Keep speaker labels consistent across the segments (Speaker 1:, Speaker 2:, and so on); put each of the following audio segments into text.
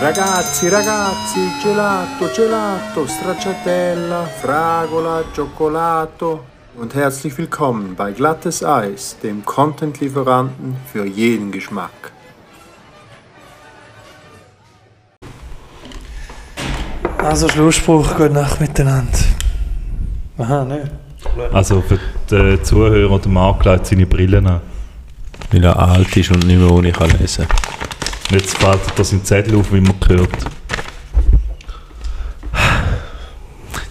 Speaker 1: Ragazzi, ragazzi, gelato, gelato, stracciatella, fragola, cioccolato und herzlich willkommen bei Glattes Eis, dem Content-Lieferanten für jeden Geschmack.
Speaker 2: Also Schlussspruch, gute Nacht miteinander. Aha, ne?
Speaker 3: Also für die Zuhörer, der Marc legt seine Brillen an.
Speaker 4: Weil er alt ist und nicht mehr ohne kann lesen
Speaker 3: Und Jetzt fällt er seinen Zettel auf, wie man hört.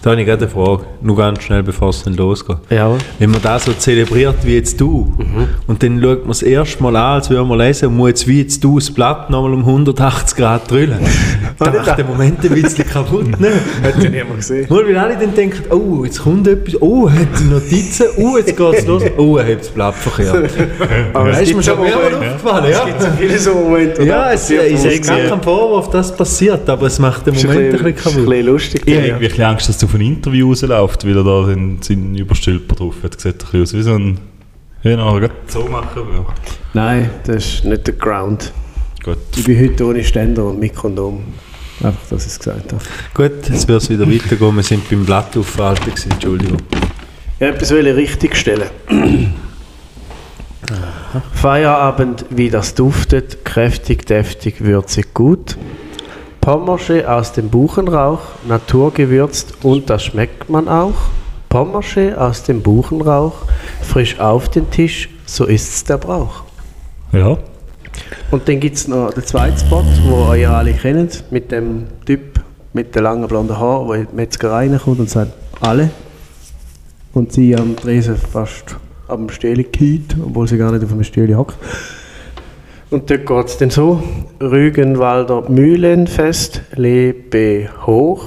Speaker 4: Da habe ich gerade eine Frage, nur ganz schnell, bevor es dann losgeht.
Speaker 5: Jawohl. Mhm.
Speaker 4: Wenn man das so zelebriert wie jetzt du, und dann schaut man es erstmal an, als würde man lesen, und muss jetzt wie jetzt du das Blatt nochmal um 180 Grad drüllen, dann macht der Moment ein bisschen kaputt. Ne?
Speaker 5: Hat ja niemand gesehen.
Speaker 4: Nur weil alle dann denken, oh, jetzt kommt etwas, oh, hat die Notizen, oh, jetzt geht es los, oh, er hat das Blatt verkehrt.
Speaker 5: Aber
Speaker 4: Das
Speaker 5: es
Speaker 4: ist mir
Speaker 5: gibt
Speaker 4: schon
Speaker 5: so Momente.
Speaker 4: mehrmals aufgefallen, ja.
Speaker 5: Es gibt viele so Momente.
Speaker 4: Ja, es, ich sage gar keinen Vorwurf, dass es passiert, aber es macht den
Speaker 5: Ist
Speaker 4: Moment ein bisschen
Speaker 5: ist ein
Speaker 4: kaputt.
Speaker 5: bisschen lustig.
Speaker 3: Ich habe irgendwie ein bisschen Angst, dass du auf ein Interview rausläuft, weil er da den, seinen Überstülper drauf hat. Das sieht ein bisschen aus wie so ein... Wenn er gerade so machen würde.
Speaker 5: Nein, das ist nicht der Ground. Ich
Speaker 3: Gut.
Speaker 5: bin heute ohne Ständer und mit Kondom. Einfach, dass ich es gesagt habe.
Speaker 4: Gut, jetzt wird es wieder weitergehen. Wir sind beim Blatt aufverhalten, gewesen, Entschuldigung.
Speaker 5: Ich wollte etwas richtig stellen. Feierabend, wie das duftet, kräftig, deftig, würzig, gut. Pommersche aus dem Buchenrauch, naturgewürzt und das schmeckt man auch. Pommersche aus dem Buchenrauch, frisch auf den Tisch, so ist's der Brauch.
Speaker 3: Ja.
Speaker 5: Und dann gibt es noch den zweiten Spot, wo ihr alle kennt, mit dem Typ mit den langen blonden Haaren, der in die Metzgerei reinkommt und sagt, alle. Und sie am Tresen fast am Stühle geht, obwohl sie gar nicht auf dem Stühle hockt. Und dort geht es dann so, Rügenwalder Mühlenfest, lebe hoch,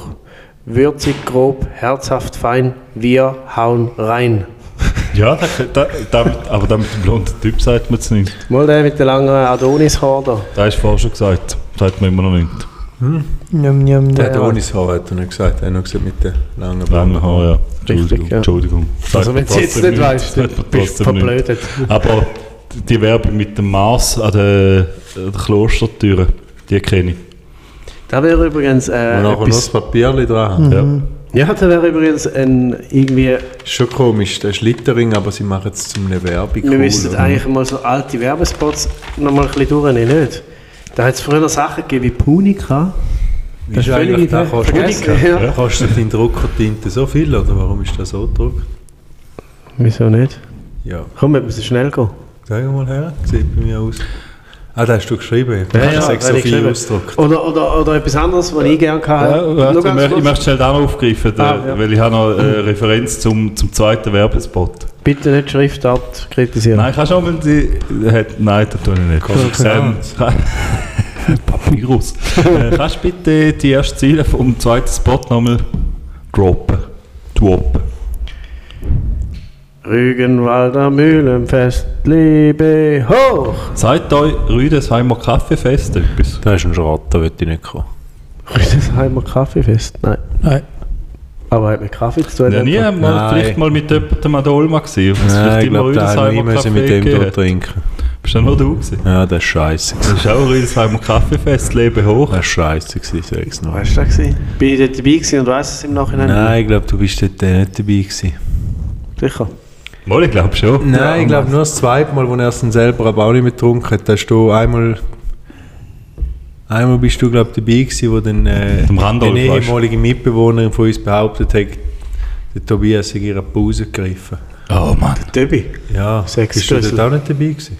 Speaker 5: würzig, grob, herzhaft, fein, wir hauen rein.
Speaker 3: Ja, da, da, damit, aber da mit dem blonden Typ sagt man es nicht.
Speaker 5: Mal der mit den langen Adonis-Haaren da.
Speaker 3: Da hast du vorher schon gesagt. Sagt man immer noch nicht.
Speaker 2: Njam, njam,
Speaker 4: Der
Speaker 2: njam.
Speaker 4: hat ohne das Haar hat er nicht gesagt. Er hat noch gesagt, mit den langen
Speaker 3: Lange Haar, ja. Entschuldigung.
Speaker 5: Richtig, ja.
Speaker 3: Entschuldigung. Sagt
Speaker 5: Also
Speaker 3: man
Speaker 5: wenn du es jetzt
Speaker 3: trotzdem
Speaker 5: nicht weißt, dann
Speaker 3: Sagt man
Speaker 5: bist du
Speaker 3: trotzdem nicht.
Speaker 5: verblödet.
Speaker 3: Aber die Werbung mit dem Mars an der, an der Klostertüre, die kenne ich.
Speaker 5: Da wäre übrigens äh,
Speaker 4: Und nachher noch das
Speaker 5: etwas,
Speaker 4: Papier dran.
Speaker 3: Ja.
Speaker 5: Ja, da wäre übrigens ein irgendwie,
Speaker 4: Ist schon komisch, der Schlittering, aber sie machen es zu einer Werbung.
Speaker 5: wir müssten
Speaker 4: oder?
Speaker 5: eigentlich mal so alte Werbespots nochmal ein bisschen durchnehmen, nicht? Da hat es früher Sachen gegeben wie Punika.
Speaker 4: Wie ist eigentlich Ah,
Speaker 5: ver-
Speaker 4: das kostet,
Speaker 5: vergessen. Ja.
Speaker 4: ja. kostet dein Druckertinte so viel, oder warum ist das so gedruckt?
Speaker 5: Wieso nicht?
Speaker 4: Ja,
Speaker 5: Komm, wir müssen schnell gehen.
Speaker 4: sag mal her, sieht bei mir aus. Ah, da hast du geschrieben. ich sag so
Speaker 5: wenn ich
Speaker 4: viel
Speaker 5: geschrieben-
Speaker 4: ausgedruckt.
Speaker 5: Oder, oder, oder etwas anderes, was ich gerne hatte.
Speaker 3: Ja, warte,
Speaker 5: Äh, Nur
Speaker 3: ich,
Speaker 5: ganz
Speaker 3: möchte, ich
Speaker 5: kurz.
Speaker 3: möchte schnell da noch aufgreifen, äh,
Speaker 5: Ah, ja.
Speaker 3: weil ich habe noch eine Referenz zum, zum zweiten Werbespot.
Speaker 5: Bitte nicht Schriftart kritisieren.
Speaker 3: Nein, kannst du auch, wenn sie... äh, hat- Nein, das tue ich nicht. Ähm, Papyrus. äh, kannst du bitte die erste Ziele vom zweiten Spot nochmal droppen? Droppen.
Speaker 5: Rügenwalder Mühlenfest, lebe hoch!
Speaker 3: Sagt euch Rüdesheimer Kaffeefest etwas?
Speaker 4: Da ist ein Schrott, da will ich nicht kommen.
Speaker 5: Rüdesheimer Kaffeefest? Nein.
Speaker 2: Nein.
Speaker 5: Aber hat mit Kaffee zu tun?
Speaker 3: Ja, nie
Speaker 5: etwa?
Speaker 3: mal,
Speaker 4: Nein.
Speaker 3: vielleicht mal mit jemandem an der Olma gesehen. ob es
Speaker 4: Nein,
Speaker 3: vielleicht
Speaker 4: ich
Speaker 3: immer
Speaker 4: glaube, da hätte ich nie
Speaker 3: Rüdesheimer
Speaker 4: müssen
Speaker 3: Kaffee
Speaker 4: mit dem
Speaker 3: gegeben
Speaker 4: dort trinken.
Speaker 3: hat. Bist du nur du gewesen?
Speaker 4: Ja, das ist scheiße.
Speaker 3: Das ist auch Rüdesheimer Kaffeefest, Leben hoch.
Speaker 4: Das ist scheiße, ich sag's noch.
Speaker 5: Weißt du das? gewesen? Bin ich dort dabei gewesen und weiss es im Nachhinein?
Speaker 4: Nein, ich glaube, du bist dort äh, nicht dabei gewesen.
Speaker 5: Sicher.
Speaker 3: Mal, ich glaube schon.
Speaker 4: Nein, ich glaube nur das zweite Mal, wo er es dann selber aber auch nicht mehr getrunken hat, da hast du einmal... Einmal bist du, glaube ich, dabei gewesen, wo dann äh,
Speaker 3: Dem Randolph,
Speaker 4: eine
Speaker 3: weißt du?
Speaker 4: ehemalige Mitbewohnerin von uns behauptet hat, der Tobias sei ihre Pause gegriffen.
Speaker 3: Oh Mann.
Speaker 5: Döbi.
Speaker 4: Ja,
Speaker 5: Sechs
Speaker 4: bist du dort
Speaker 5: Schlüssel.
Speaker 4: auch nicht dabei gewesen?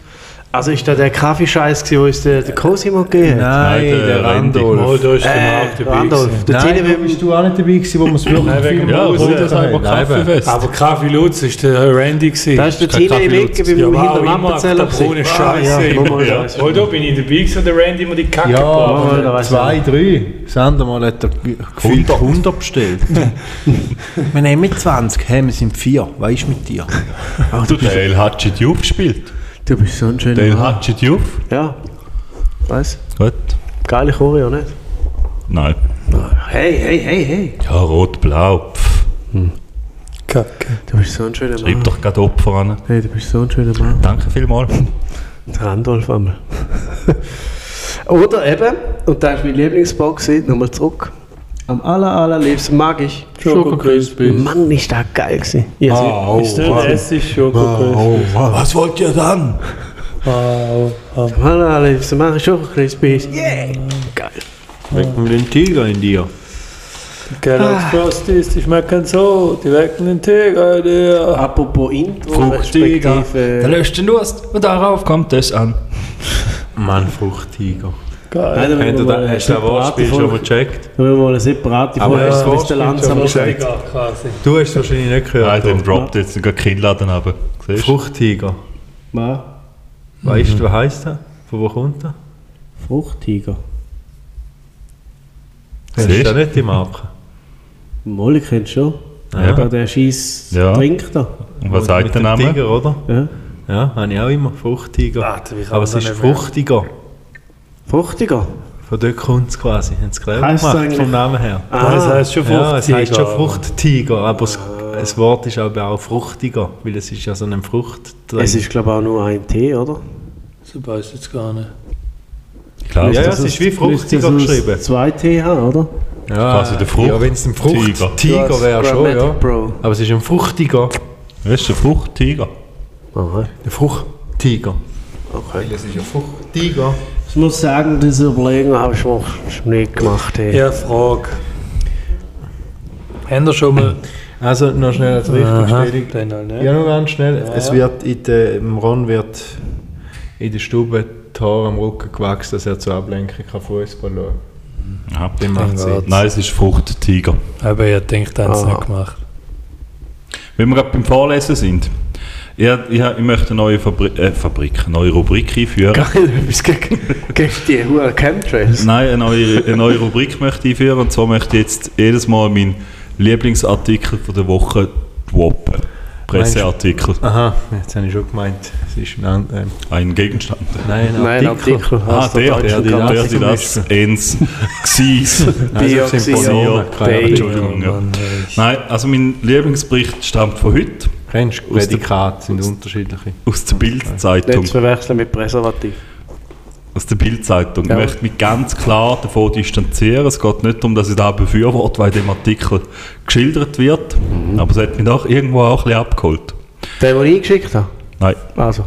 Speaker 5: Also ist da der Kaffeescheiß, gewesen, wo uns der, der Cosimo gegeben hat?
Speaker 4: Nein,
Speaker 3: der
Speaker 4: der
Speaker 3: Randi.
Speaker 4: Randolph.
Speaker 6: da ist der Markt
Speaker 5: Äh,
Speaker 6: dabei.
Speaker 5: Randolph, der
Speaker 4: Nein,
Speaker 5: Tine
Speaker 4: da
Speaker 5: will mich
Speaker 4: bist du auch nicht dabei gewesen, wo wir es wirklich
Speaker 6: wegen
Speaker 4: viel
Speaker 3: Ja,
Speaker 4: Pause
Speaker 3: Rüdesheimer
Speaker 4: hatten. Nein, eben.
Speaker 3: Kaffeefest.
Speaker 6: Aber Kaffee Lutz ist der Randy gewesen.
Speaker 5: Da ist der
Speaker 3: ist kein
Speaker 5: Tine im
Speaker 3: Kaffee
Speaker 5: Ecke beim
Speaker 6: war auch
Speaker 5: hinterm
Speaker 6: immer auf der
Speaker 5: Appenzeller.
Speaker 6: braune Scheiße.
Speaker 5: Ah, ja,
Speaker 6: immer.
Speaker 5: Mama,
Speaker 3: Ja.
Speaker 5: Scheiße.
Speaker 6: Oh, da bin ich dabei gewesen, der Randy immer die Kacke gebracht hat.
Speaker 5: Mama, da
Speaker 4: Ja,
Speaker 5: weiss
Speaker 4: zwei, drei. Das andere Mal hat er ge- gefühlt 100, bestellt. wir nehmen mit 20, hey, wir sind vier. Was ist mit dir?
Speaker 5: Ach, du,
Speaker 3: Du,
Speaker 5: bist,
Speaker 3: der El Hatschi Diouf spielt.
Speaker 5: du bist so ein
Speaker 3: Der
Speaker 5: schöner
Speaker 3: El
Speaker 5: Mann.
Speaker 3: Hatschi Diouf.
Speaker 5: Ja, weißt
Speaker 3: Gut.
Speaker 5: Geile Choreo, nicht?
Speaker 3: Nein.
Speaker 5: Hey, hey, hey, hey.
Speaker 3: Ja, rot-blau. Pff,
Speaker 2: Kacke.
Speaker 5: Du bist so ein schöner
Speaker 3: Schreib
Speaker 5: Mann.
Speaker 3: doch gerade Opfer an.
Speaker 5: Hey, du bist so ein schöner Mann.
Speaker 3: Danke vielmals.
Speaker 5: Der Randolph einmal. Oder eben, Und da ist mein Lieblingsspot gewesen, nochmal zurück. Am aller, allerliebsten mag ich.
Speaker 6: Schokokrispis.
Speaker 5: Mann, ist das geil gewesen. Ja,
Speaker 6: Oh, ist das Essig Schokokrispis?
Speaker 4: Ah, Was wollt ihr dann?
Speaker 7: Ah,
Speaker 2: Wow. wow.
Speaker 5: Am aller, allerliebsten mag ich Schokokrispis. Yeah! Geil.
Speaker 4: Weg mit dem Tiger in dir.
Speaker 6: Kellogg's
Speaker 2: Ah.
Speaker 6: Frosties, die schmecken so, die wecken den Tiger, der.
Speaker 5: Apropos Intro,
Speaker 3: Fruchtiger.
Speaker 5: respektive-
Speaker 3: Der löscht den Durst und darauf kommt es an.
Speaker 4: Mann, Fruchttiger.
Speaker 5: Nein,
Speaker 6: Geil.
Speaker 5: da müssen wir mal eine
Speaker 4: Hast du das Wortspiel
Speaker 5: separate
Speaker 4: schon mal
Speaker 5: Folge-
Speaker 4: gecheckt?
Speaker 5: da müssen wir mal eine separate
Speaker 4: Aber hast du das
Speaker 5: Folge
Speaker 4: Wortspiel schon mal gecheckt?
Speaker 6: quasi.
Speaker 4: Du hast es wahrscheinlich nicht
Speaker 3: Nein,
Speaker 4: gehört.
Speaker 3: den droppt jetzt sogar Kinnladen runter. Siehst du?
Speaker 4: Fruchttiger.
Speaker 5: Ma,
Speaker 4: Weißt du, was heisst der? Von wo kommt der?
Speaker 5: Fruchttiger.
Speaker 4: Hast du
Speaker 3: Siehst
Speaker 4: da
Speaker 3: du?
Speaker 4: nicht die Marke?
Speaker 5: Molle kennst du schon.
Speaker 4: Ja.
Speaker 5: Aber der scheiß
Speaker 3: Ja.
Speaker 5: Trink da.
Speaker 3: Und was sagt
Speaker 4: Mit
Speaker 3: der
Speaker 4: dem
Speaker 3: Name?
Speaker 4: Tiger, oder?
Speaker 5: Ja.
Speaker 4: Ja, habe ich auch immer. Fruchttiger.
Speaker 6: Warte, wie kann
Speaker 4: Aber
Speaker 6: man
Speaker 4: es
Speaker 6: das
Speaker 4: ist
Speaker 6: nicht merken?
Speaker 4: fruchtiger.
Speaker 5: Fruchtiger?
Speaker 4: Von dort kommt es quasi. Haben sie clever
Speaker 5: Heisst es
Speaker 4: gemacht
Speaker 5: eigentlich-
Speaker 4: vom Namen her.
Speaker 6: Ah, das heisst schon
Speaker 4: Ja, es heißt schon
Speaker 6: Fruchttiger.
Speaker 4: Fruchttiger, aber es, das Wort ist aber auch fruchtiger, weil es ist ja so ein Frucht.
Speaker 5: Es ist, glaube ich, auch nur ein Tee, oder?
Speaker 6: So weiß jetzt gar nicht.
Speaker 3: Klar,
Speaker 4: Ja,
Speaker 3: ja,
Speaker 4: ja,
Speaker 3: ja.
Speaker 4: es ist wie fruchtiger geschrieben.
Speaker 5: Zwei Tee haben, oder?
Speaker 4: Ja,
Speaker 3: quasi der Frucht-
Speaker 4: Ja, wenn es ein
Speaker 3: Tiger.
Speaker 4: Fruchttiger wäre schon,
Speaker 5: Grammatic
Speaker 4: ja.
Speaker 5: Pro.
Speaker 4: Aber es ist ein fruchtiger.
Speaker 3: Weißt du, Fruchttiger?
Speaker 5: Aha.
Speaker 4: Ein Fruchttiger.
Speaker 5: Okay.
Speaker 4: Es ist ein Fruchttiger.
Speaker 5: Ich muss sagen, diese Überlegung habe ich mir schon nicht gemacht. Ey.
Speaker 6: Ja, Frage. Haben wir schon mal.
Speaker 4: Also noch schnell als Richtigstellung.
Speaker 6: Dann noch nicht.
Speaker 4: Ja, nur ganz schnell. Es wird in der, im Ron wird in der Stube die Haare am Rücken gewachsen, dass er zur Ablenkung kann Fußball schauen kann.
Speaker 3: Ja.
Speaker 4: Dann macht es Sinn.
Speaker 3: Nein, es ist Fruchttiger.
Speaker 6: Aber ich denke, haben sie
Speaker 5: Aha.
Speaker 6: nicht gemacht.
Speaker 3: Wenn wir gerade beim Vorlesen sind, ich, ich, ich möchte eine neue Fabri äh, Fabrik, eine neue Rubrik einführen.
Speaker 5: Etwas gegen, gegen die Huren Chemtrails.
Speaker 3: Nein, eine neue, eine neue Rubrik möchte ich einführen. Und zwar möchte ich jetzt jedes Mal meinen Lieblingsartikel von der Woche droppen. Presseartikel.
Speaker 4: Aha, jetzt habe ich schon gemeint, es ist ein an- ähm,
Speaker 3: Ein Gegenstand.
Speaker 4: Nein, ein
Speaker 5: Nein,
Speaker 4: Artikel.
Speaker 5: Artikel.
Speaker 3: Ah,
Speaker 5: hast du
Speaker 3: der,
Speaker 5: falsch
Speaker 3: der, der,
Speaker 5: verstanden.
Speaker 3: der, die das, ens, gsis.
Speaker 4: Nein, das Also sind
Speaker 5: Dioxin.
Speaker 4: Personen, keine
Speaker 5: Dioxin.
Speaker 4: Artikel.
Speaker 3: Entschuldigung. Ja.
Speaker 6: Mann, ey.
Speaker 3: Nein, also mein Lieblingsbericht stammt von heute,
Speaker 4: Kennst du Prädikat, sind unterschiedliche.
Speaker 3: aus der Bild-Zeitung.
Speaker 5: Nicht zu verwechseln mit Präservativ.
Speaker 3: aus der Bildzeitung. Ich
Speaker 5: Ja.
Speaker 3: möchte mich ganz klar davon distanzieren. Es geht nicht darum, dass ich da befürworte, weil in dem Artikel geschildert wird. Aber es hat mich doch irgendwo auch ein bisschen abgeholt.
Speaker 5: Den, den ich eingeschickt habe?
Speaker 3: Nein,
Speaker 5: Also.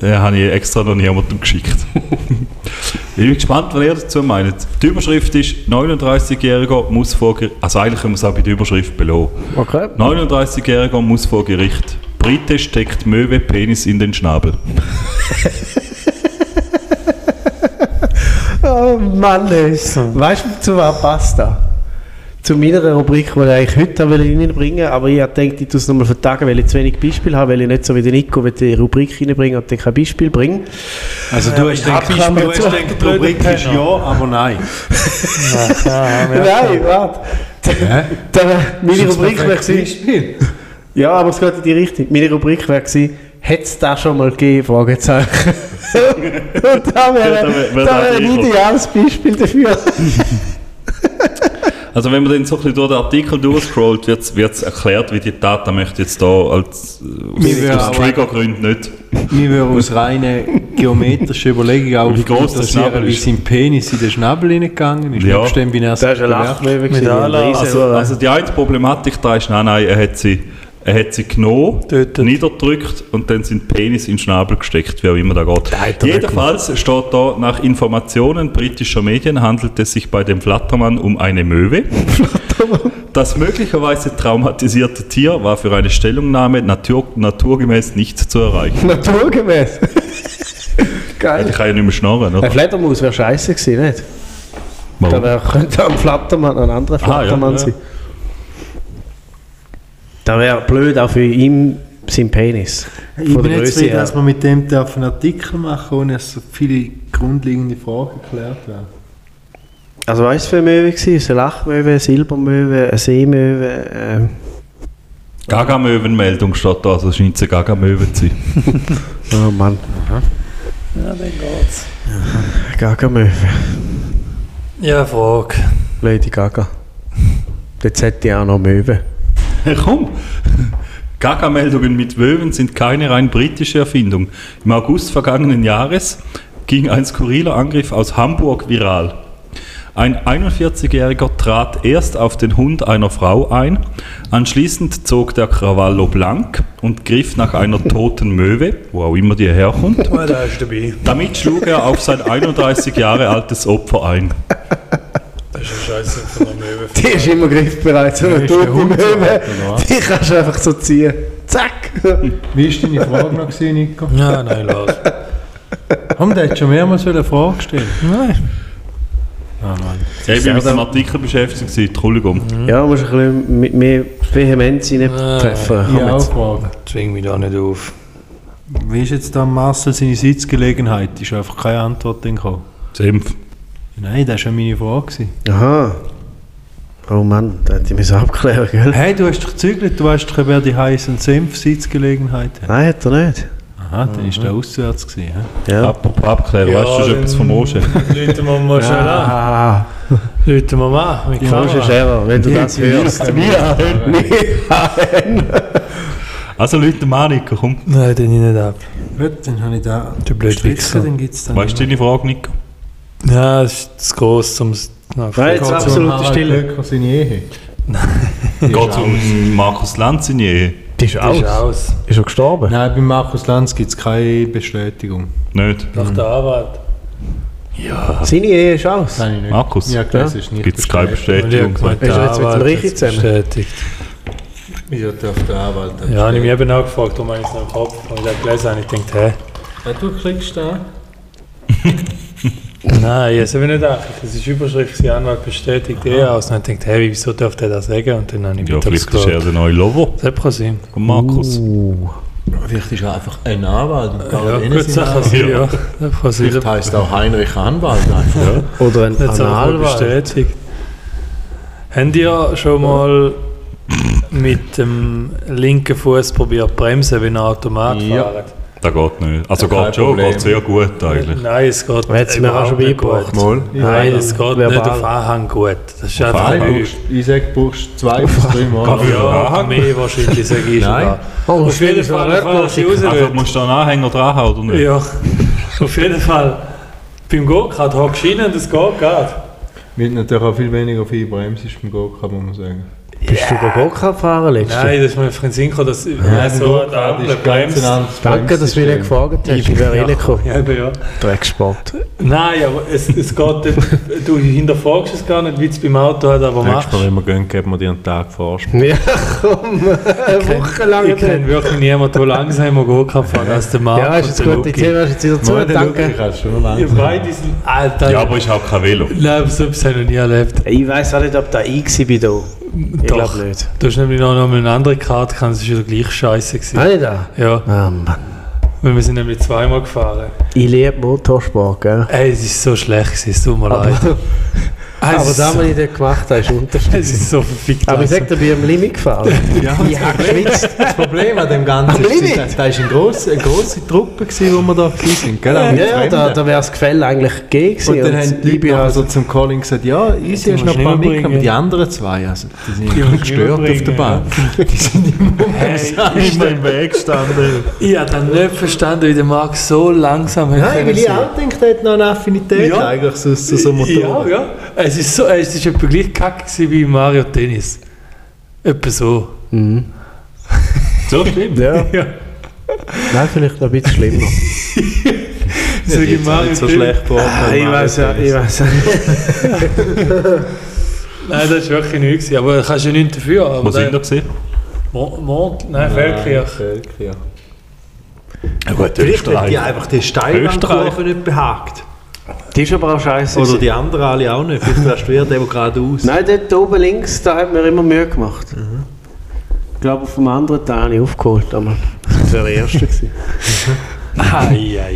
Speaker 3: den habe ich extra noch niemandem geschickt. ich bin gespannt, was ihr dazu meint. Die Überschrift ist 39-Jähriger muss vor Gericht. Also eigentlich können wir es auch bei der Überschrift belohnen.
Speaker 5: Okay.
Speaker 3: 39-Jähriger muss vor Gericht. Brite steckt Möwe Penis in den Schnabel.
Speaker 5: Oh Mann, ey. weißt du, zu was passt das? Zu meiner Rubrik, die ich eigentlich heute wollte reinbringen wollte, aber ich habe gedacht, ich tue es nochmal vertagen, weil ich zu wenig Beispiele habe, weil ich nicht so wie der Nico will die Rubrik reinbringen und dann kein Beispiel bringen.
Speaker 4: Also du hast
Speaker 5: hab
Speaker 4: den
Speaker 5: Klammer
Speaker 4: Beispiel, du
Speaker 5: zu.
Speaker 4: hast gedacht, die Rubrik ist ja, aber nein.
Speaker 5: Nein, warte. Da- Meine Rubrik wäre gewesen,
Speaker 4: Beispiel.
Speaker 5: ja, aber es geht in die Richtung. Meine Rubrik wäre gewesen, hätte es das schon mal gegeben? Fragezeichen. und da
Speaker 3: Ja,
Speaker 5: wäre
Speaker 3: da wär- wär
Speaker 5: da
Speaker 3: das
Speaker 5: wäre ein
Speaker 3: Nico.
Speaker 5: ideales Beispiel dafür.
Speaker 3: Also wenn man dann so ein bisschen durch den Artikel durchscrollt, wird es erklärt, wie die Tat, da möchte ich jetzt da als
Speaker 4: Mir
Speaker 3: äh,
Speaker 4: wäre
Speaker 3: aus, aus
Speaker 4: auch-
Speaker 3: Triggergründen nicht.
Speaker 4: Mir würde aus reinen geometrischen Überlegungen auch
Speaker 3: Wie groß der
Speaker 4: interessieren,
Speaker 3: Schnabel
Speaker 4: wie
Speaker 3: ist.
Speaker 4: sein Penis in den Schnabel reingegangen ist.
Speaker 3: Ja.
Speaker 4: Nebst dem, wie er es bewertet.
Speaker 5: Mit
Speaker 6: Anlass.
Speaker 3: Also, also die eine Problematik da ist, nein, nein, er hat sie, er hat sie genommen,
Speaker 6: Tötet.
Speaker 3: niederdrückt und dann sind Penis in den Schnabel gesteckt, wie auch immer da geht. Jedenfalls steht da, nach Informationen britischer Medien handelt es sich bei dem Flattermann um eine Möwe. Das möglicherweise traumatisierte Tier war für eine Stellungnahme natur, naturgemäß nicht zu erreichen.
Speaker 5: Naturgemäß.
Speaker 3: Ich
Speaker 5: Geil.
Speaker 3: kann ja nicht mehr schnarren, oder?
Speaker 5: Ein Fledermaus wäre scheiße gewesen, nicht? Da wär, könnte auch ein Flattermann, ein anderer
Speaker 3: Ah, ja,
Speaker 5: Flattermann
Speaker 3: ja.
Speaker 5: sein. Da wäre blöd auch für ihn sein Penis.
Speaker 4: Ich
Speaker 5: Von
Speaker 4: bin jetzt
Speaker 5: der Größe
Speaker 4: zufrieden,
Speaker 5: her.
Speaker 4: dass man mit dem darf einen Artikel machen ohne dass so viele grundlegende Fragen geklärt werden.
Speaker 5: Also weißt du, wie Möwe war? Es war eine Lachmöwe, eine Silbermöwe, eine Seemöwe. ähm,
Speaker 3: Gagamöwenmeldung steht da, also scheint es eine Gagamöwe zu sein.
Speaker 5: Oh Mann. Ja, dann geht's. Gaga-Möwe.
Speaker 6: Ja, Frage.
Speaker 5: Lady Gaga. Jetzt hätte ich auch noch Möwe.
Speaker 3: Komm! Gagameldungen mit Möwen sind keine rein britische Erfindung. Im August vergangenen Jahres ging ein skurriler Angriff aus Hamburg viral. Ein 41-Jähriger trat erst auf den Hund einer Frau ein, anschließend zog der Krawallo blank und griff nach einer toten Möwe, wo auch immer die herkommt.
Speaker 7: Ah, da ist dabei.
Speaker 3: Damit schlug er auf sein 31 Jahre altes Opfer ein.
Speaker 7: Das ist ein Scheiß von der Möwe.
Speaker 5: Die ist immer griffbereit, so eine tote Möwe. Die kannst du einfach so ziehen. Zack!
Speaker 3: Mhm.
Speaker 4: Wie war deine Frage noch, gewesen, Nico?
Speaker 7: Nein, nein, lass.
Speaker 4: Haben die jetzt schon mehrmals eine Frage gestellt?
Speaker 7: Nein.
Speaker 3: Ja, ich bin mit dem Artikel beschäftigt, gewesen, Entschuldigung.
Speaker 5: Ja, musst ein bisschen mit mehr Vehemenz rein
Speaker 7: Ah,
Speaker 5: treffen. Komm
Speaker 4: Ja,
Speaker 5: jetzt.
Speaker 4: Frage.
Speaker 7: Zwing mich da nicht auf.
Speaker 4: Wie ist jetzt da Marcel seine Sitzgelegenheit? Ist einfach keine Antwort dann gekommen.
Speaker 3: Senf.
Speaker 4: Nein, das war ja meine Frage. gewesen.
Speaker 5: Aha. Oh Mann, da hätte ich mich abklären gell?
Speaker 4: Hey, du hast dich gezügelt, du weißt doch, wer die heißen Senf-Sitzgelegenheit hat.
Speaker 5: Nein, hat er nicht.
Speaker 4: Aha,
Speaker 7: Mhm.
Speaker 4: dann ist der auswärts gewesen. hä?
Speaker 5: Ja.
Speaker 3: Apropos abklären,
Speaker 7: Ja,
Speaker 3: weißt du schon etwas
Speaker 7: dann-
Speaker 3: vom Mosche?
Speaker 7: Leuten wir mal schnell an.
Speaker 5: Ah,
Speaker 7: Leuten wir mal an. Mit
Speaker 5: die Mosche
Speaker 7: Kamera.
Speaker 5: Scherer, wenn du das hörst. Wir
Speaker 3: Also Leute, Maniko, komm.
Speaker 7: Nein, den ich nicht ab.
Speaker 4: Gut, dann habe ich da
Speaker 7: Du blöd
Speaker 4: gestrichen,
Speaker 7: Wichser.
Speaker 4: dann gibt es dann...
Speaker 3: Weißt du deine Frage, Nico?
Speaker 7: Ja, das ist zu gross, um es
Speaker 5: Nein, jetzt absolute Stille.
Speaker 4: seine Ehe.
Speaker 3: Geht um Markus Lanz in die Ehe?
Speaker 7: Die ist aus. aus.
Speaker 5: Ist er gestorben?
Speaker 4: Nein, bei Markus Lanz gibt es keine Bestätigung.
Speaker 3: Nicht.
Speaker 7: Nach
Speaker 4: Mhm.
Speaker 7: der Arbeit.
Speaker 5: Seine Ehe ist aus.
Speaker 4: Nein, nicht.
Speaker 3: Markus,
Speaker 4: Ja, klar, es ist nicht
Speaker 3: gibt es keine Bestätigung?
Speaker 7: gesagt,
Speaker 5: Ist er jetzt mit dem Richie zusammen?
Speaker 7: Bestätigt.
Speaker 4: Wieso darf der Anwalt das?
Speaker 7: Ja, habe ich mich eben auch gefragt, darum habe ich es noch im Kopf. Und ich habe gelesen und ich gedacht, hä?
Speaker 4: Ja, du kriegst da.
Speaker 7: Nein, ich habe es eben nicht angeguckt. Es ist Überschrift, gewesen, Anwalt bestätigt eher aus. Und dann habe ich gedacht, hä, wieso darf der das sagen? Und dann habe ich
Speaker 3: Ja,
Speaker 7: weiter
Speaker 3: vielleicht ist er
Speaker 7: gescrollt.
Speaker 3: der neue Lover
Speaker 7: Das hätte können sein.
Speaker 3: von Markus.
Speaker 4: Vielleicht ist er einfach ein Anwalt. Und eh
Speaker 7: Ja,
Speaker 4: ja,
Speaker 7: gut, Sache sein, ja. Das hätte können sein.
Speaker 4: Vielleicht heisst er auch Heinrich Anwalt einfach. Ja.
Speaker 5: Oder ein Oh,
Speaker 7: Jetzt habe ich
Speaker 5: Analwahl.
Speaker 7: bestätigt. Habt ihr schon mal mit dem linken Fuß probiert bremsen, wenn ihr Automat
Speaker 4: Ja.
Speaker 7: fahrt?
Speaker 3: Das geht nicht. Also
Speaker 4: kein
Speaker 3: geht schon,
Speaker 4: Problem.
Speaker 3: geht sehr gut eigentlich.
Speaker 7: Nein, es geht
Speaker 5: Hat's mir
Speaker 7: überhaupt
Speaker 5: auch schon
Speaker 7: nicht
Speaker 5: beigebracht.
Speaker 7: gut.
Speaker 4: Mal.
Speaker 7: Nein, es geht
Speaker 5: Verbal.
Speaker 7: nicht auf Anhang gut. Das ist einfach
Speaker 3: Anhang?
Speaker 7: Mühe.
Speaker 4: Ich sage, du brauchst zwei bis drei Mal.
Speaker 7: Ja, mehr wahrscheinlich sage ich schon.
Speaker 4: Nein.
Speaker 7: da. Auf jeden Fall, falls ich raus
Speaker 3: Also
Speaker 7: will.
Speaker 3: musst du einen Anhänger dranhauen oder nicht?
Speaker 7: Ja, auf jeden Fall. Beim Go-Kart hockst du rein und es geht gerade.
Speaker 4: Mit natürlich auch viel weniger viel Bremse ist beim Go-Kart, muss man sagen.
Speaker 5: Bist du über Gokart gefahren letztes Jahr?
Speaker 7: Nein, das ist mir von Sinn gekommen, dass Nein, so eine Ampel bremst.
Speaker 4: anderes
Speaker 5: Danke, dass du mich nicht gefragt hast. Ich wäre reingekommen.
Speaker 7: Ja, eben, ja.
Speaker 5: Drecksport.
Speaker 7: Nein, aber es, es geht, nicht- du hinterfragst es gar nicht, wie du es beim Auto halt aber
Speaker 4: Nächstes
Speaker 7: machst.
Speaker 4: Mal, wenn wir gehen, geben wir dir einen Tag Vorsprung.
Speaker 5: Ja, komm, eine Woche lang.
Speaker 7: Ich kenne wirklich niemanden, der langsamer gehen kann fahren als der Marco.
Speaker 5: Ja, ist jetzt
Speaker 7: und der
Speaker 5: gut. Die
Speaker 7: Luki.
Speaker 5: Zähne hast jetzt wieder zu. Danke.
Speaker 4: kannst schon
Speaker 7: Ihr beide sind... Alter,
Speaker 3: Ja, aber ich habe kein Velo.
Speaker 7: Nein, so etwas habe ich noch nie erlebt.
Speaker 5: Ich weiß auch nicht, ob da ich war. Da. Ich
Speaker 7: Doch.
Speaker 5: glaube nicht.
Speaker 7: Du hast nämlich noch noch mal eine andere Karte gehabt, es war wieder gleich scheiße. Gewesen.
Speaker 5: Nein, da.
Speaker 7: Ja,
Speaker 5: Ah, Mann.
Speaker 7: weil wir sind nämlich zweimal gefahren.
Speaker 5: Ich liebe Motorsport, gell?
Speaker 7: Ey, es ist so schlecht, gewesen, es tut mir leid. Ah, es
Speaker 5: Aber
Speaker 7: ist
Speaker 5: das,
Speaker 7: so-
Speaker 5: was ich dort gemacht habe, ist unterschiedlich.
Speaker 7: es ist so verfickt.
Speaker 5: Also, Aber ich
Speaker 7: langsam.
Speaker 5: sag, da bin ich am Limit gefahren. ich habe geschwitzt.
Speaker 4: Das Problem an dem Ganzen
Speaker 5: Am
Speaker 4: ist,
Speaker 5: Limit.
Speaker 4: da- da war eine grosse, eine grosse Truppe, gewesen, wo wir da waren. Gell? Auch mit
Speaker 5: Ja, da,
Speaker 4: Fremden.
Speaker 5: da wäre das Gefälle eigentlich gegeben.
Speaker 4: und dann haben die
Speaker 5: ich
Speaker 4: Leute
Speaker 5: bin
Speaker 4: nachher
Speaker 5: also
Speaker 4: so zum Colin gesagt, ja, easy
Speaker 7: musst
Speaker 4: hast noch
Speaker 7: du
Speaker 4: ein paar
Speaker 7: nicht
Speaker 4: mitgenommen, aber die
Speaker 7: bringen.
Speaker 4: anderen zwei, also, die sind
Speaker 7: Die
Speaker 4: einfach
Speaker 7: musst du nicht
Speaker 4: gestört auf der
Speaker 7: bringen,
Speaker 4: Bahn.
Speaker 7: Hey,
Speaker 3: Immer im Weg gestanden.
Speaker 7: ich habe dann nicht verstanden, wie der Marc so langsam hat
Speaker 4: Nein,
Speaker 7: können
Speaker 4: weil ich
Speaker 7: sein.
Speaker 4: auch denke, der hat noch eine Affinität
Speaker 7: Ja.
Speaker 4: eigentlich so, zu so
Speaker 7: Ja,
Speaker 4: Motoren.
Speaker 7: ja. Es ist so, es ist etwa gleich kacke gewesen wie Mario Tennis. Etwa so.
Speaker 3: So schlimm.
Speaker 5: Ja,
Speaker 7: Ja.
Speaker 5: nein, vielleicht noch ein bisschen schlimmer.
Speaker 7: So wie Mario
Speaker 4: nicht so
Speaker 7: Tennis.
Speaker 4: schlecht geworden.
Speaker 5: weiss ich weiß ja.
Speaker 7: Nein, das war wirklich nichts. gewesen, Aber da kannst du ja nichts dafür. Aber
Speaker 3: Wo sind
Speaker 7: der-
Speaker 3: wir gesehen?
Speaker 7: Mo- Mond? Nein, Feldkirch.
Speaker 4: Feldkirch.
Speaker 3: Ja, gut,
Speaker 4: Vielleicht hat die
Speaker 3: Österreich.
Speaker 4: einfach die
Speaker 3: Österreich.
Speaker 4: Steilwandkurve nicht behagt.
Speaker 5: Die ist aber auch scheiße.
Speaker 4: Oder die anderen alle auch nicht. Vielleicht wärst du eher der, der geradeaus.
Speaker 5: Nein, dort oben links, da hat mir immer Mühe gemacht. Ich glaube, auf dem anderen Teil habe ich aufgeholt. Aber das wäre der erste gewesen.
Speaker 7: Eieiei.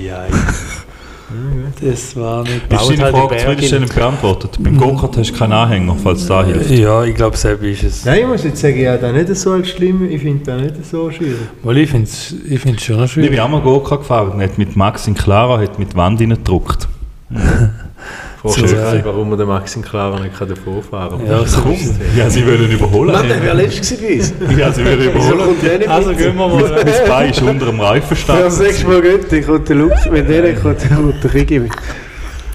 Speaker 7: Das war nicht...
Speaker 3: Ist
Speaker 5: Baut
Speaker 3: deine
Speaker 5: halt
Speaker 3: Frage
Speaker 5: die Berge
Speaker 3: zufriedenstellend beantwortet? Beim Gokart hast du keinen Anhänger, falls da hilft.
Speaker 7: Ja, ich glaube, selber ist es.
Speaker 4: Nein, ich muss jetzt sagen, ja, das nicht so als schlimm. Ich finde das nicht so schwierig.
Speaker 7: Weil ich finde es ich find's schon noch
Speaker 3: Ich
Speaker 7: schwierig.
Speaker 3: bin auch mal Gokart gefahren, nicht mit Max in Clara, hat mit Wand gedruckt.
Speaker 4: Fragst du dich,
Speaker 7: ja.
Speaker 4: warum man den Maxim Klaver nicht davor fahren kann.
Speaker 7: Ja, so ist
Speaker 3: Ja, sie wollen
Speaker 5: Mann,
Speaker 3: überholen.
Speaker 5: der wäre letztes gewesen.
Speaker 3: Ja, sie wollen
Speaker 5: Wieso
Speaker 3: überholen.
Speaker 5: kommt der nicht
Speaker 7: es. Also gehen wir mal.
Speaker 3: Mein Bein ist unter dem Reifen
Speaker 5: Wenn
Speaker 3: gestanden.
Speaker 5: das nächste Mal geht, dann kommt der Luke. Wenn der nicht kommt, dann kommt der Kiki mit.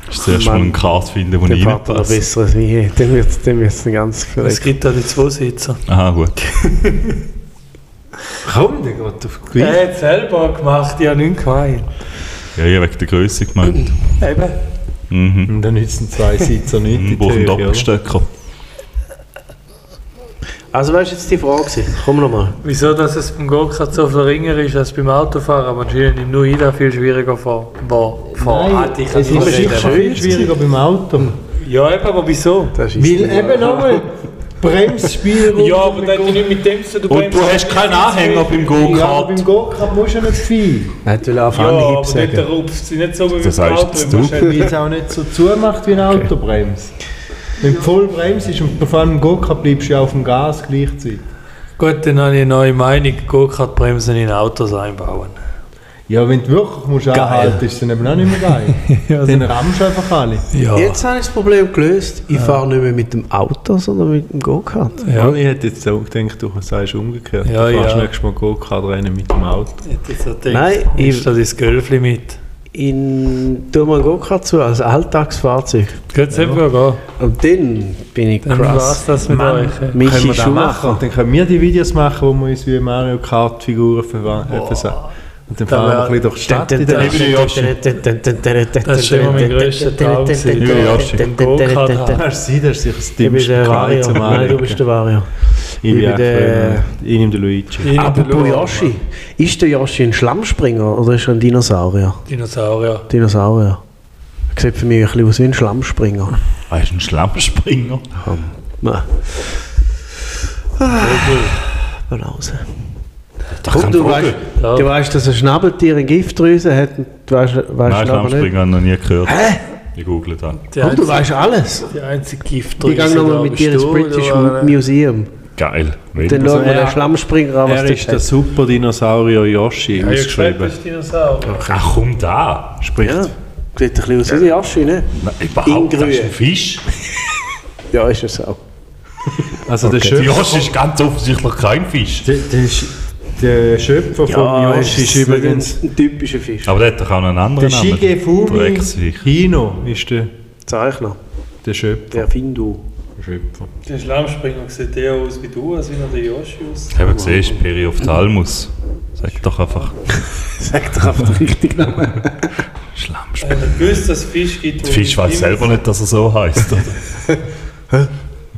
Speaker 3: Ich zuerst mal
Speaker 5: Mann.
Speaker 3: einen Kart finden, wo
Speaker 5: Dann
Speaker 3: ich
Speaker 5: fährt er noch
Speaker 3: reinpasse.
Speaker 5: besser als ich. Dann wird es dann wird's ganz
Speaker 7: Es
Speaker 5: verrückt.
Speaker 7: gibt da die Zweisitzer.
Speaker 3: Aha, gut.
Speaker 4: Komm, der geht auf
Speaker 7: Er
Speaker 4: Gewicht.
Speaker 7: hat selber gemacht, ja nichts gemeint.
Speaker 3: Ja, ich habe wegen der Größe gemeint.
Speaker 7: Eben.
Speaker 3: Mhm.
Speaker 4: Und dann nützen zwei Sitzer nicht.
Speaker 3: Ich
Speaker 4: in die
Speaker 3: brauche einen
Speaker 4: Höhe, oder?
Speaker 3: Doppelstöcker.
Speaker 5: Also, was war jetzt die Frage? gewesen? Komm nochmal.
Speaker 7: Wieso, dass es beim Go-Kart so viel ringer ist als beim Autofahren, aber anscheinend im Nuida viel schwieriger vor. Boah, vor.
Speaker 4: Nein,
Speaker 7: ich
Speaker 4: es ist sicher viel schwieriger beim Auto.
Speaker 7: Ja, eben, aber wieso?
Speaker 5: Das ist
Speaker 4: Weil eben nochmal Bremsspiel.
Speaker 7: Ja, aber das hat ja nicht mit dem zu tun.
Speaker 3: Und du hast keinen Anhänger beim
Speaker 4: Ja, aber
Speaker 3: Go-Kart.
Speaker 4: beim Go-Kart musst du ja nicht viel.
Speaker 5: natürlich auf
Speaker 7: Ja, aber
Speaker 5: Anhieb
Speaker 7: nicht
Speaker 5: sagen.
Speaker 7: der rupft sie nicht so wie
Speaker 3: Das
Speaker 7: mit dem
Speaker 3: heißt,
Speaker 7: Auto.
Speaker 3: du-
Speaker 7: Du musst
Speaker 4: Weil
Speaker 7: halt-
Speaker 4: es auch nicht so zumacht wie ein Autobremse. Wenn du voll bremst ist und vor allem im Go-Kart bleibst du ja auf dem Gas gleichzeitig.
Speaker 7: Gut, dann habe ich eine neue Meinung. Go-Kart-Bremsen in Autos einbauen.
Speaker 4: Ja, wenn du wirklich musst anhalten, ist es dann eben auch nicht mehr geil. Dann rammst du einfach alle.
Speaker 7: Ja.
Speaker 5: Jetzt habe ich das Problem gelöst. Ich fahre nicht mehr mit dem Auto, sondern mit dem Go-Kart.
Speaker 7: Ja.
Speaker 4: Ich hätte jetzt auch gedacht, du sagst umgekehrt.
Speaker 7: Ja,
Speaker 4: du fährst
Speaker 7: ja.
Speaker 4: nächstes Mal Go-Kart rennen mit dem Auto.
Speaker 5: Nein, ich-
Speaker 7: ich da dein Gölfli mit.
Speaker 5: in tue mir Go-Kart zu als Alltagsfahrzeug.
Speaker 7: Geht's einfach gehen.
Speaker 5: Und dann bin ich
Speaker 7: Dann war's
Speaker 5: krass.
Speaker 7: das mit
Speaker 4: Mann.
Speaker 7: euch.
Speaker 4: das
Speaker 5: Michi
Speaker 4: machen?
Speaker 5: Schumacher.
Speaker 4: Und dann können wir die Videos machen, wo wir uns wie Mario Kart Figuren verwandeln. Und dann fahren wir ein bisschen durch die Stadt in der
Speaker 7: Das ist immer mein grösster Traum gewesen.
Speaker 3: Ja, ja,
Speaker 7: Im Go-Kart.
Speaker 4: Kannst du sein, das ist
Speaker 5: Ich
Speaker 4: sicher das
Speaker 5: bin
Speaker 4: dümmste
Speaker 5: der
Speaker 4: Karre
Speaker 5: Wario.
Speaker 4: zum
Speaker 5: Nein, du bist
Speaker 4: Anlegen.
Speaker 5: der Wario.
Speaker 4: Ich
Speaker 5: ich bin
Speaker 4: bin
Speaker 5: der-
Speaker 4: der... Ich nehme den Luigi.
Speaker 5: Apropos Yoshi. Ist der Yoshi ein Schlammspringer oder ist er ein Dinosaurier?
Speaker 7: Dinosaurier.
Speaker 5: Dinosaurier. Er sieht für mich ein bisschen aus wie ein Schlammspringer.
Speaker 3: Ah, ist ein Schlammspringer.
Speaker 5: Nein. Balance.
Speaker 3: kein
Speaker 5: Ah. Komm, du,
Speaker 3: Vogel.
Speaker 5: weißt, du weißt, dass ein Schnabeltier eine Giftdrüse hat und du weißt,
Speaker 3: Nein,
Speaker 5: weißt du aber nicht.
Speaker 3: Schlammspringer habe ich noch nie gehört.
Speaker 5: Hä?
Speaker 3: Ich google das.
Speaker 7: Die
Speaker 5: Komm, du
Speaker 7: einzige,
Speaker 5: weißt alles.
Speaker 7: die einzige Giftdrüse.
Speaker 5: Ich gehe nochmal mit dir ins
Speaker 7: glaubst du,
Speaker 5: British
Speaker 7: oder?
Speaker 5: Museum.
Speaker 3: Geil.
Speaker 5: Dann
Speaker 3: Wenn-
Speaker 5: schauen wir den
Speaker 4: er-
Speaker 5: Schlammspringer an, was
Speaker 4: Er
Speaker 5: dort
Speaker 4: ist der
Speaker 5: steht.
Speaker 4: Super Dinosaurier Yoshi
Speaker 7: Ja, ich schreibe,
Speaker 4: ausgeschrieben.
Speaker 7: das ist Dinosaurier.
Speaker 3: Ach komm, da. Spricht.
Speaker 5: Ja, sieht ein bisschen aus wie die Asche, ne?
Speaker 3: Nein, überhaupt, das ist
Speaker 5: Ingrühe.
Speaker 3: ein Fisch.
Speaker 5: Ja, ist es auch.
Speaker 4: Also der
Speaker 3: Der
Speaker 4: Schöpfer,
Speaker 3: Josch ist ganz offensichtlich kein Fisch.
Speaker 4: der, der, Sch- der Schöpfer
Speaker 5: Ah,
Speaker 4: von Yoshi ist übrigens
Speaker 5: ein typischer Fisch.
Speaker 3: Aber der hat doch auch noch einen anderen
Speaker 4: der
Speaker 3: Namen.
Speaker 4: Shigefumi
Speaker 3: Drecksviech.
Speaker 4: Hino ist der,
Speaker 5: Zeichner,
Speaker 4: der Schöpfer.
Speaker 5: der Findu.
Speaker 4: Schöpfer.
Speaker 7: Der Schlammspringer sieht eher aus wie du, als wie noch der Yoshi aus.
Speaker 3: Ich habe gesehen, ist Periophthalmus. Sag doch einfach
Speaker 5: Sag doch einfach den richtigen Namen.
Speaker 3: Schlammspringer.
Speaker 7: Wenn du gewusst, dass es Fisch gibt,
Speaker 3: Der Fisch weiß selber nicht, dass er so heißt. Oder?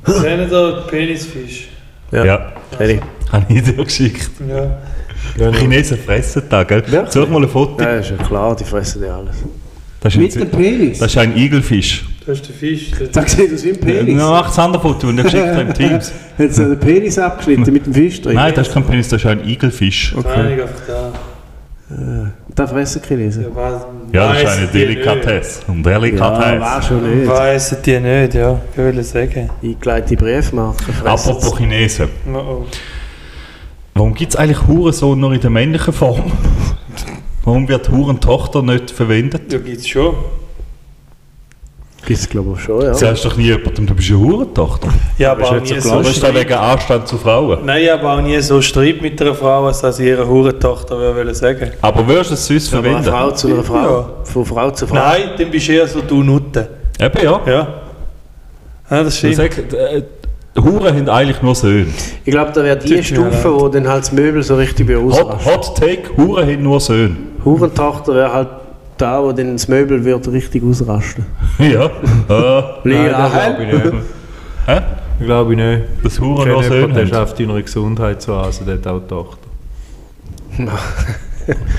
Speaker 7: Sehen da Penisfisch.
Speaker 5: Ja.
Speaker 3: ja.
Speaker 5: Hey,
Speaker 3: Habe ich dir geschickt.
Speaker 7: Ja.
Speaker 3: Chinesen fressen da, gell?
Speaker 5: Wirklich?
Speaker 3: Such mal ein Foto.
Speaker 5: ja, ist ja klar, die fressen ja alles.
Speaker 3: Das ist, ein,
Speaker 5: Penis?
Speaker 3: das ist ein Igelfisch.
Speaker 7: Das ist der Fisch. Der
Speaker 5: Das sieht aus wie ein
Speaker 3: Ja,
Speaker 5: Penis.
Speaker 3: Mach das andere Foto, das ich geschickt habe im Teams.
Speaker 5: Hat sie den Penis abgeschnitten mit dem Fisch drin?
Speaker 3: Nein, das ist kein Penis, das ist ein Igelfisch.
Speaker 7: Reiniger einfach da.
Speaker 5: Da fressen die Chinesen.
Speaker 7: Der weiß-
Speaker 3: Ja, das ist
Speaker 7: weiss
Speaker 3: eine
Speaker 7: die
Speaker 3: Delikatesse. Eine
Speaker 5: Ja,
Speaker 3: Delikatesse.
Speaker 5: war schon
Speaker 7: nicht.
Speaker 5: nicht.
Speaker 7: Weiss die nicht, ja. Ich will es sagen.
Speaker 5: Eingeleitete Briefmarken fressen
Speaker 3: Apropos Chinesen.
Speaker 7: Oh, oh.
Speaker 3: Warum gibt es eigentlich Hurensohn nur in der männlichen Form? Warum wird Hurentochter nicht verwendet?
Speaker 7: Da gibt es schon.
Speaker 5: sie. Gibt es glaube ich schon,
Speaker 3: Du
Speaker 5: ja.
Speaker 3: sagst doch nie jemandem, du bist eine Hurentochter.
Speaker 7: Ja, aber auch
Speaker 5: nicht so
Speaker 7: nie
Speaker 3: Aber
Speaker 7: so
Speaker 3: ist das
Speaker 7: Streit.
Speaker 3: wegen Anstand zu Frauen?
Speaker 7: Nein, aber auch nie so Streit mit einer Frau, als dass ich ihre Hurentochter würde wollen sagen.
Speaker 3: Aber würdest du es sonst
Speaker 5: Aber eine
Speaker 3: verwenden?
Speaker 5: Frau zu einer Frau. Von Frau zu Frau.
Speaker 7: Nein, dann bist du eher so du Nutte.
Speaker 3: Eben ja.
Speaker 7: Ja. ja das
Speaker 3: Du
Speaker 7: stimmt.
Speaker 3: sagst, äh, Huren haben eigentlich nur Söhne.
Speaker 5: Ich glaube, da wäre die
Speaker 7: Tut mir
Speaker 5: Stufe,
Speaker 7: leid.
Speaker 5: wo dann halt das Möbel so richtig
Speaker 3: Hot,
Speaker 5: beausrastet.
Speaker 3: Hot Take, Huren haben nur Söhne.
Speaker 5: Hurentochter wäre halt da, wo dann das Möbel wird richtig ausrasten.
Speaker 3: Ja. äh,
Speaker 5: Lehrer.
Speaker 4: Glaube ich nicht.
Speaker 3: Hä?
Speaker 4: Glaube ich nicht.
Speaker 3: das Huren nur
Speaker 4: Kein jemand, der
Speaker 3: Söhne haben.
Speaker 4: schafft deiner Gesundheit zu Hause, der hat auch die Tochter.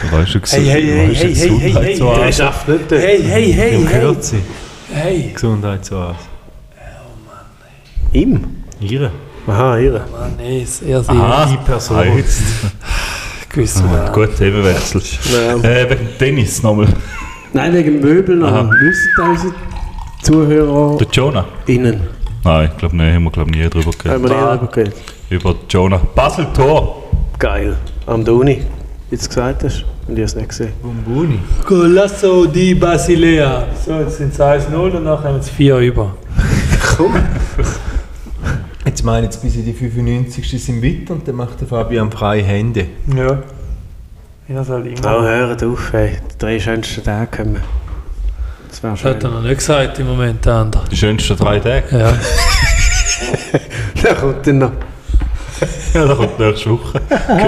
Speaker 3: Du weißt schon,
Speaker 7: Hey, hey, hey, hey, hey, hey, hey, hey, hey, hey, hey, hey,
Speaker 4: sie.
Speaker 7: hey.
Speaker 4: Gesundheit zu Hause.
Speaker 5: Ihm?
Speaker 4: Ihre?
Speaker 5: Aha, ihre.
Speaker 7: Mann, nein, Ah, ist eher so
Speaker 3: Aha,
Speaker 4: Die Person.
Speaker 3: Ah, jetzt.
Speaker 7: gewiss.
Speaker 3: Ah, Gut, Themenwechsel.
Speaker 5: Ja.
Speaker 3: Äh, wegen Dennis nochmal.
Speaker 5: Nein, wegen Möbel noch.
Speaker 3: Aha.
Speaker 5: Wissen also da unsere Zuhörer
Speaker 3: Der Jonah.
Speaker 5: innen?
Speaker 3: Nein, ich glaube nicht, haben wir glaub, nie drüber
Speaker 5: Haben
Speaker 3: geredet.
Speaker 5: wir nicht darüber geredet?
Speaker 3: Über Jonah. Basel Tor.
Speaker 5: Geil. Am der Uni. Wie du es gesagt hast. Und ich habe es nicht gesehen.
Speaker 4: Bumbuni.
Speaker 7: Golasso di Basilea. So, jetzt sind es 1-0 und nachher haben es 4 über.
Speaker 4: Jetzt meine ich, jetzt bis in die 95. sind weit und dann macht der Fabian freie Hände.
Speaker 7: Ja. Ich hab's halt
Speaker 5: Oh,
Speaker 7: immer.
Speaker 5: hört auf, ey. Die drei schönsten Tage kommen. Das wäre
Speaker 7: Das hat er noch nicht gesagt im Moment, der andere.
Speaker 4: Die schönsten drei Tage.
Speaker 7: Ja.
Speaker 5: Der kommt dann noch.
Speaker 4: Ja, da kommt nächste Woche.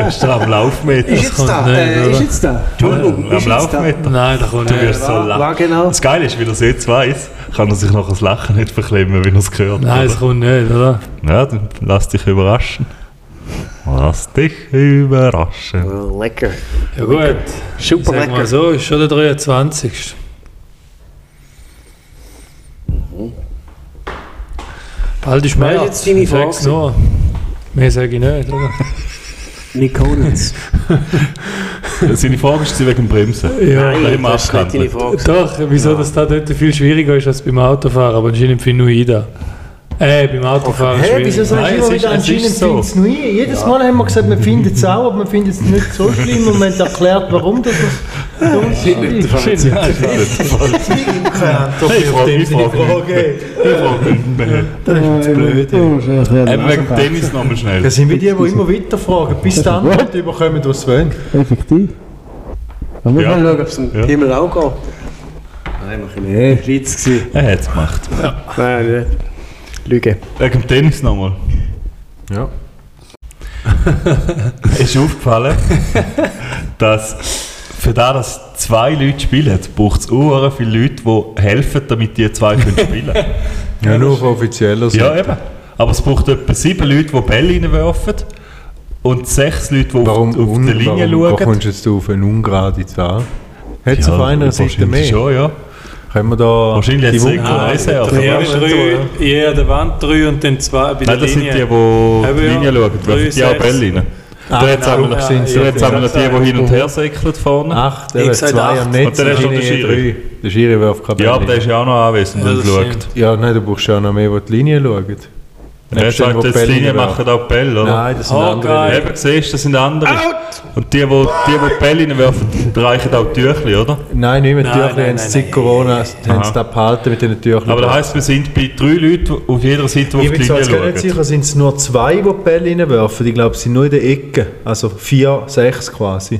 Speaker 4: Gehst du am Laufmeter?
Speaker 5: Ist jetzt
Speaker 7: kommt
Speaker 5: da?
Speaker 7: nicht,
Speaker 5: Äh, ist
Speaker 7: oder?
Speaker 5: jetzt da?
Speaker 4: Entschuldigung,
Speaker 5: ist
Speaker 4: am
Speaker 5: jetzt da?
Speaker 4: Laufmeter.
Speaker 7: Nein, da Äh, kommt
Speaker 4: Du wirst
Speaker 7: nicht.
Speaker 4: so lachen.
Speaker 5: War genau.
Speaker 4: Das Geile ist, weil er es jetzt weiss, kann er sich noch das Lachen nicht verklemmen, wenn er es gehört
Speaker 7: Nein,
Speaker 4: oder?
Speaker 7: es kommt nicht, oder?
Speaker 4: Ja, dann lass dich überraschen. Lass dich überraschen.
Speaker 5: Lecker.
Speaker 7: Ja gut,
Speaker 5: Super
Speaker 7: sag mal
Speaker 5: lecker.
Speaker 7: so, ist schon der 23. Bald ist
Speaker 5: Wäre
Speaker 7: März.
Speaker 5: jetzt deine
Speaker 7: ich sag's
Speaker 5: Frage
Speaker 7: nur. Mehr sage ich nicht, oder?
Speaker 5: Nikonens.
Speaker 3: Seine Frage ist sie wegen dem Bremsen.
Speaker 7: Ja,
Speaker 3: Nein,
Speaker 5: Nein, das ist nicht deine
Speaker 3: abgehandelt.
Speaker 5: Frage.
Speaker 7: Doch, wieso das da dort viel schwieriger ist als beim Autofahren, aber anscheinend finde ich da. Äh, beim Autofahren
Speaker 8: Hä,
Speaker 7: schwierig.
Speaker 8: wieso sagst
Speaker 7: Nein,
Speaker 8: du
Speaker 7: es
Speaker 8: immer
Speaker 7: ist-
Speaker 8: wieder,
Speaker 7: es
Speaker 8: anscheinend
Speaker 7: ist so.
Speaker 8: findet es nie? Jedes Mal haben wir gesagt, wir finden es auch, aber wir finden es nicht so schlimm und wir haben erklärt, warum das so schlimm ist.
Speaker 4: Hey, ich frage mich Frage. Ich frage mich.
Speaker 8: Das ist blöd.
Speaker 3: Eben wegen dem Tennis nochmal schnell.
Speaker 8: Das sind wir die, die immer weiter fragen, bis dann Antwort überkommen, was sie wollen.
Speaker 5: Effektiv. Da muss
Speaker 3: Ja.
Speaker 5: man schauen, ob es im
Speaker 3: Ja.
Speaker 5: Himmel auch geht. Nein, mach ich nicht. Witz gewesen.
Speaker 3: Er hat es gemacht.
Speaker 5: Nein, nicht. Lüge.
Speaker 3: Wegen dem Tennis nochmal.
Speaker 4: Ja.
Speaker 3: ist aufgefallen, dass für das, dass zwei Leute spielen, braucht es auch viele Leute, die helfen, damit die zwei können spielen können.
Speaker 4: Ja, nur auf offizieller
Speaker 3: ja, eben. Aber es braucht etwa sieben Leute, die Bälle reinwerfen und sechs Leute, die auf-
Speaker 4: Warum,
Speaker 3: auf die Linie
Speaker 4: warum
Speaker 3: schauen.
Speaker 4: kommst jetzt du auf eine ungerade Zahl? Hat es auf einer Seite
Speaker 3: wahrscheinlich
Speaker 4: mehr?
Speaker 3: Schon, ja.
Speaker 4: Können wir da
Speaker 3: Wahrscheinlich hat
Speaker 4: die
Speaker 3: es
Speaker 4: Wunkel-
Speaker 3: irgendwo eine Reserve.
Speaker 7: Ah, Ja, drei, ja, an der Wand drei und dann zwei bei der
Speaker 3: Nein, das sind die,
Speaker 7: Linie.
Speaker 3: die auf die
Speaker 7: Eben, ja.
Speaker 3: Linie schauen.
Speaker 7: Drei,
Speaker 3: Werfen die auch
Speaker 7: sechs.
Speaker 3: Bälle rein. Da hat es
Speaker 7: genau,
Speaker 3: einmal noch
Speaker 7: ja,
Speaker 3: gesehen.
Speaker 7: ja,
Speaker 3: Da hat's
Speaker 7: ja, Ah.
Speaker 3: einmal noch die, die hin und her säckeln vorne.
Speaker 4: Acht,
Speaker 7: Ich
Speaker 4: eben,
Speaker 7: sag
Speaker 4: zwei
Speaker 7: acht.
Speaker 4: am
Speaker 3: Und
Speaker 4: Netz.
Speaker 3: dann hast du
Speaker 4: eine
Speaker 3: den Schiri.
Speaker 4: drei. Der Schiri wirft keine
Speaker 3: Ja, aber
Speaker 4: Bälle.
Speaker 3: der ist ja auch noch anwesend
Speaker 7: Ja,
Speaker 3: und
Speaker 7: das
Speaker 3: schaut.
Speaker 7: stimmt.
Speaker 4: Ja, nein, du brauchst ja auch noch mehr, die die Linie schauen.
Speaker 3: Ja, jetzt
Speaker 4: Nebst dem,
Speaker 3: sagt
Speaker 4: wo
Speaker 3: jetzt
Speaker 4: Bälle
Speaker 3: die Linie
Speaker 4: reinwerfen.
Speaker 3: machen auch die Bälle, oder? Ah,
Speaker 4: Nein, das sind
Speaker 7: Oh,
Speaker 4: andere.
Speaker 7: geil.
Speaker 3: Eben, siehst du, das sind andere. Und die, die wo, die, wo die Bälle reinwerfen, die reichen auch die Tüchli, oder?
Speaker 4: Nein, nicht mit
Speaker 7: Nein,
Speaker 4: Türchen,
Speaker 7: nein,
Speaker 4: haben sie
Speaker 7: nein,
Speaker 4: seit
Speaker 7: nein.
Speaker 4: Corona haben sie da behalten mit den Türchen.
Speaker 3: Aber das heisst, wir sind bei drei Leuten auf jeder Seite, die auf
Speaker 4: ich
Speaker 3: die
Speaker 4: bin so
Speaker 3: Linie
Speaker 4: jetzt gar nicht
Speaker 3: schauen.
Speaker 4: sicher, sind es nur zwei, die die Bälle reinwerfen. Ich glaube, es sind nur in der Ecke. Also vier, sechs quasi.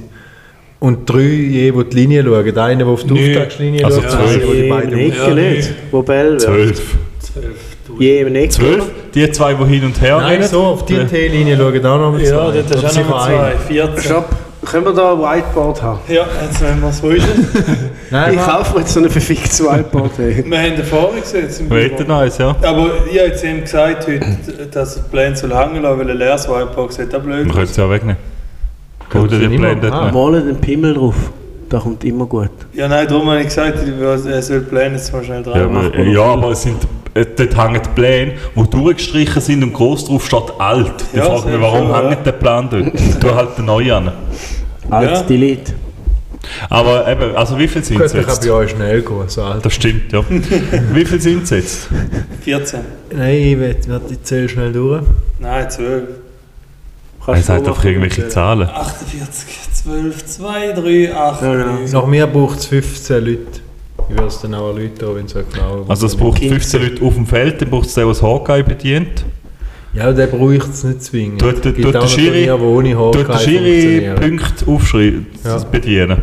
Speaker 4: Und drei, je, die die Linie schauen. Der eine, der auf die
Speaker 7: Nö.
Speaker 4: Auftragslinie
Speaker 3: Also
Speaker 4: schaut, der
Speaker 3: zwölf.
Speaker 4: andere, der die
Speaker 5: Im
Speaker 4: beiden
Speaker 5: Nicken
Speaker 7: Ja,
Speaker 5: nicht. Wo Bell wird.
Speaker 3: Zwölf.
Speaker 5: Je im Nicken.
Speaker 3: Zwölf? Die zwei, die hin und her
Speaker 4: Nein,
Speaker 3: rennen?
Speaker 4: so, auf die
Speaker 3: Ja.
Speaker 4: T-Linie schauen auch noch mal
Speaker 7: Ja, das ist auch noch zwei. 14.
Speaker 5: Stopp. Können wir da ein Whiteboard haben?
Speaker 7: Ja, jetzt nehmen wir es. Wo ist es?
Speaker 4: Nein,
Speaker 5: Ich
Speaker 4: nein.
Speaker 5: kaufe mir jetzt so ein verficktes Whiteboard. ey.
Speaker 7: Wir haben den Fahrer gesetzt. im
Speaker 3: Wetten
Speaker 7: Büro.
Speaker 3: noch eins, ja.
Speaker 7: Aber ich habe jetzt eben gesagt, heute, dass die Pläne soll hängen lassen, weil ein leeres Whiteboard sieht auch blöd
Speaker 3: Wir können
Speaker 7: aus.
Speaker 3: es ja wegnehmen. Oder die
Speaker 4: niemand.
Speaker 3: Blenden
Speaker 4: Ah.
Speaker 3: nicht.
Speaker 5: Malen den Pimmel drauf. Da kommt immer gut.
Speaker 7: Ja, nein, darum habe ich gesagt, ich will- er soll die Pläne jetzt mal schnell
Speaker 3: Ja,
Speaker 7: dran machen.
Speaker 3: aber, ja, aber es sind, äh, dort hängen die Pläne, die durchgestrichen sind und groß drauf steht alt. Da
Speaker 7: Ja,
Speaker 3: frage ich mich,
Speaker 7: sehr
Speaker 3: warum
Speaker 7: schön,
Speaker 3: hängt der Plan dort? tu halt den neuen an.
Speaker 5: Als Delete.
Speaker 3: Aber eben, also wie viel sind
Speaker 4: Gut,
Speaker 3: es
Speaker 4: ich kann
Speaker 3: jetzt?
Speaker 4: bei euch schnell gehen. So alt.
Speaker 3: Das stimmt, ja. wie viel sind es jetzt?
Speaker 7: 14.
Speaker 4: Nein, ich, will, warte, ich zähle schnell durch.
Speaker 7: Nein, 12.
Speaker 3: Er sagt einfach irgendwelche Zahlen.
Speaker 7: 48, 12, 2, 3, 8.
Speaker 5: Ja, genau.
Speaker 4: Nach mir braucht es 15 Leute. Ich würde es dann auch erläutern, wenn es euch genau
Speaker 3: Also es braucht 15 Leute auf dem Feld, dann braucht es den, der das Hawkeye bedient.
Speaker 4: Ja, der braucht es nicht zwingend.
Speaker 3: Tut- tut-
Speaker 4: Es gibt
Speaker 3: tut
Speaker 4: auch
Speaker 3: der
Speaker 4: noch
Speaker 3: Schiri-
Speaker 4: Turniere, wo ohne
Speaker 3: Tut der
Speaker 4: Hawkeye
Speaker 3: Schiri
Speaker 4: funktionieren.
Speaker 3: Punkte aufschreiben,
Speaker 4: Ja.
Speaker 3: bedienen.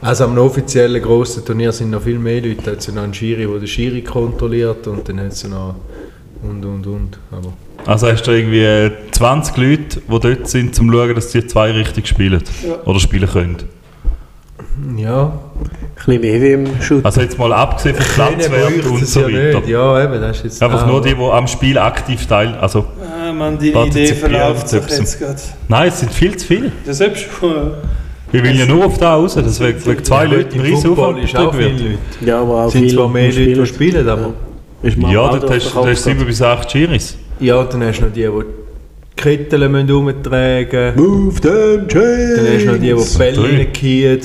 Speaker 4: Also am offiziellen grossen Turnier sind noch viel mehr Leute. Da hat es ja noch einen Schiri, der den Schiri kontrolliert und dann hat es ja noch und und und. Aber
Speaker 3: Also hast du irgendwie äh, 20 Leute, die dort sind, um zu schauen, dass die zwei richtig spielen. Oder spielen können.
Speaker 4: ja,
Speaker 5: Ein bisschen mehr wie im Shoot.
Speaker 3: Also jetzt mal abgesehen vom Platzwert
Speaker 4: bräucht's
Speaker 3: und
Speaker 4: es
Speaker 3: so
Speaker 4: ja
Speaker 3: weiter.
Speaker 4: nicht. Ja, eben, das ist jetzt
Speaker 3: Einfach
Speaker 4: ah,
Speaker 3: nur die, die am Spiel aktiv teil. Also,
Speaker 7: Ah, Mann, die Idee
Speaker 3: Partizipieren
Speaker 7: verläuft sich
Speaker 3: mit etwas.
Speaker 7: jetzt gerade.
Speaker 3: nein, es sind viel zu viele.
Speaker 7: Das ist schon.
Speaker 3: Wir will ja nur auf da raus, dass wegen wegen zwei
Speaker 4: Ja,
Speaker 3: Leuten ein
Speaker 4: im
Speaker 3: riesen
Speaker 4: Football
Speaker 3: Aufwand
Speaker 4: ist auch
Speaker 3: betrieben
Speaker 4: viele
Speaker 3: wird.
Speaker 4: Leute.
Speaker 5: Ja, aber auch
Speaker 4: Es sind
Speaker 5: viele,
Speaker 4: zwar mehr
Speaker 5: die
Speaker 4: Leute, die spielen, aber
Speaker 5: Ist mir
Speaker 3: Also, Ja,
Speaker 5: auch
Speaker 3: dort
Speaker 5: durch
Speaker 3: hast
Speaker 5: den
Speaker 3: du 7
Speaker 5: Kopf
Speaker 3: bis 8 Schiris.
Speaker 4: ja, dann hast du noch die, die die Kittel müssen rumtragen müssen.
Speaker 5: Move
Speaker 4: Dann
Speaker 5: them
Speaker 4: hast du noch die, die die Bälle
Speaker 3: Drei.
Speaker 4: reinkiehen.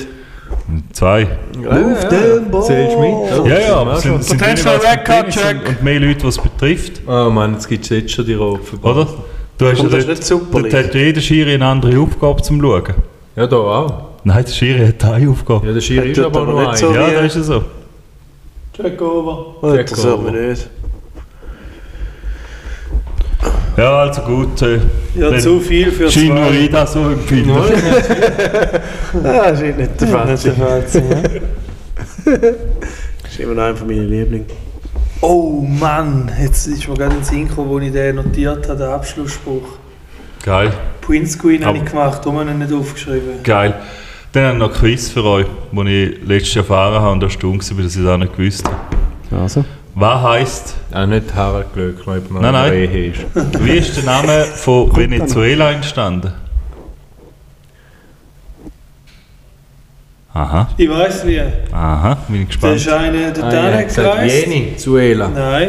Speaker 3: Zwei.
Speaker 5: Move them ball.
Speaker 4: Zählst du mit? oder?
Speaker 3: Ja, ja, aber
Speaker 4: auch
Speaker 3: es
Speaker 4: schon.
Speaker 3: sind, sind
Speaker 7: Potential
Speaker 3: weniger als
Speaker 7: Red Card
Speaker 3: Tennis und, und mehr Leute, die es betrifft,
Speaker 4: Oh Mann, jetzt gibt es jetzt schon die Roten.
Speaker 3: oder? Du hast
Speaker 5: Und das
Speaker 3: ja
Speaker 5: ist nicht super
Speaker 3: dort
Speaker 5: leicht.
Speaker 3: hat jeder Schiri eine andere Aufgabe zum Schauen.
Speaker 4: Ja, da auch.
Speaker 3: Nein, der Schiri hat eine Aufgabe.
Speaker 4: Ja, der Schiri
Speaker 5: Das
Speaker 4: ist
Speaker 5: tut
Speaker 4: aber
Speaker 5: aber
Speaker 4: nur
Speaker 5: nicht
Speaker 4: ein.
Speaker 5: so.
Speaker 3: Ja,
Speaker 5: wie-
Speaker 3: da ist es so.
Speaker 7: Check over.
Speaker 5: Oh, Das sollten wir nicht.
Speaker 3: Ja, also gut. Äh,
Speaker 7: Ja,
Speaker 3: dann
Speaker 7: zu viel für
Speaker 3: Scheint nur
Speaker 7: zwei.
Speaker 3: ich das so empfinde.
Speaker 5: Ah, das ist nicht der Fall.
Speaker 7: Nicht der Fall, ja.
Speaker 5: ist immer noch einer von meinen Lieblingen.
Speaker 7: Oh Mann, jetzt ist mir gerade ins Inko, wo ich den notiert habe, der Abschlussspruch.
Speaker 3: Geil,
Speaker 7: Prince Queen habe
Speaker 3: Aber-
Speaker 7: ich gemacht, darum habe ich ihn nicht aufgeschrieben.
Speaker 3: geil. Dann haben wir noch ein Quiz für euch, das ich letztes Jahr erfahren habe und erstaunt war, dass ich das auch nicht gewusst habe.
Speaker 9: Also.
Speaker 3: Was heisst,
Speaker 4: Auch nicht Harald Glöckner, ob man
Speaker 3: Nein, nein.
Speaker 4: Rehe ist.
Speaker 3: wie ist der Name von Venezuela entstanden? Aha,
Speaker 7: Ich weiß wie.
Speaker 3: aha, bin ich
Speaker 7: Der ist
Speaker 3: gespannt.
Speaker 7: einer der
Speaker 4: Ah, ich
Speaker 7: Danek
Speaker 4: hab gesagt,
Speaker 7: gereist.
Speaker 4: Jeni, Zuela.
Speaker 7: Nein,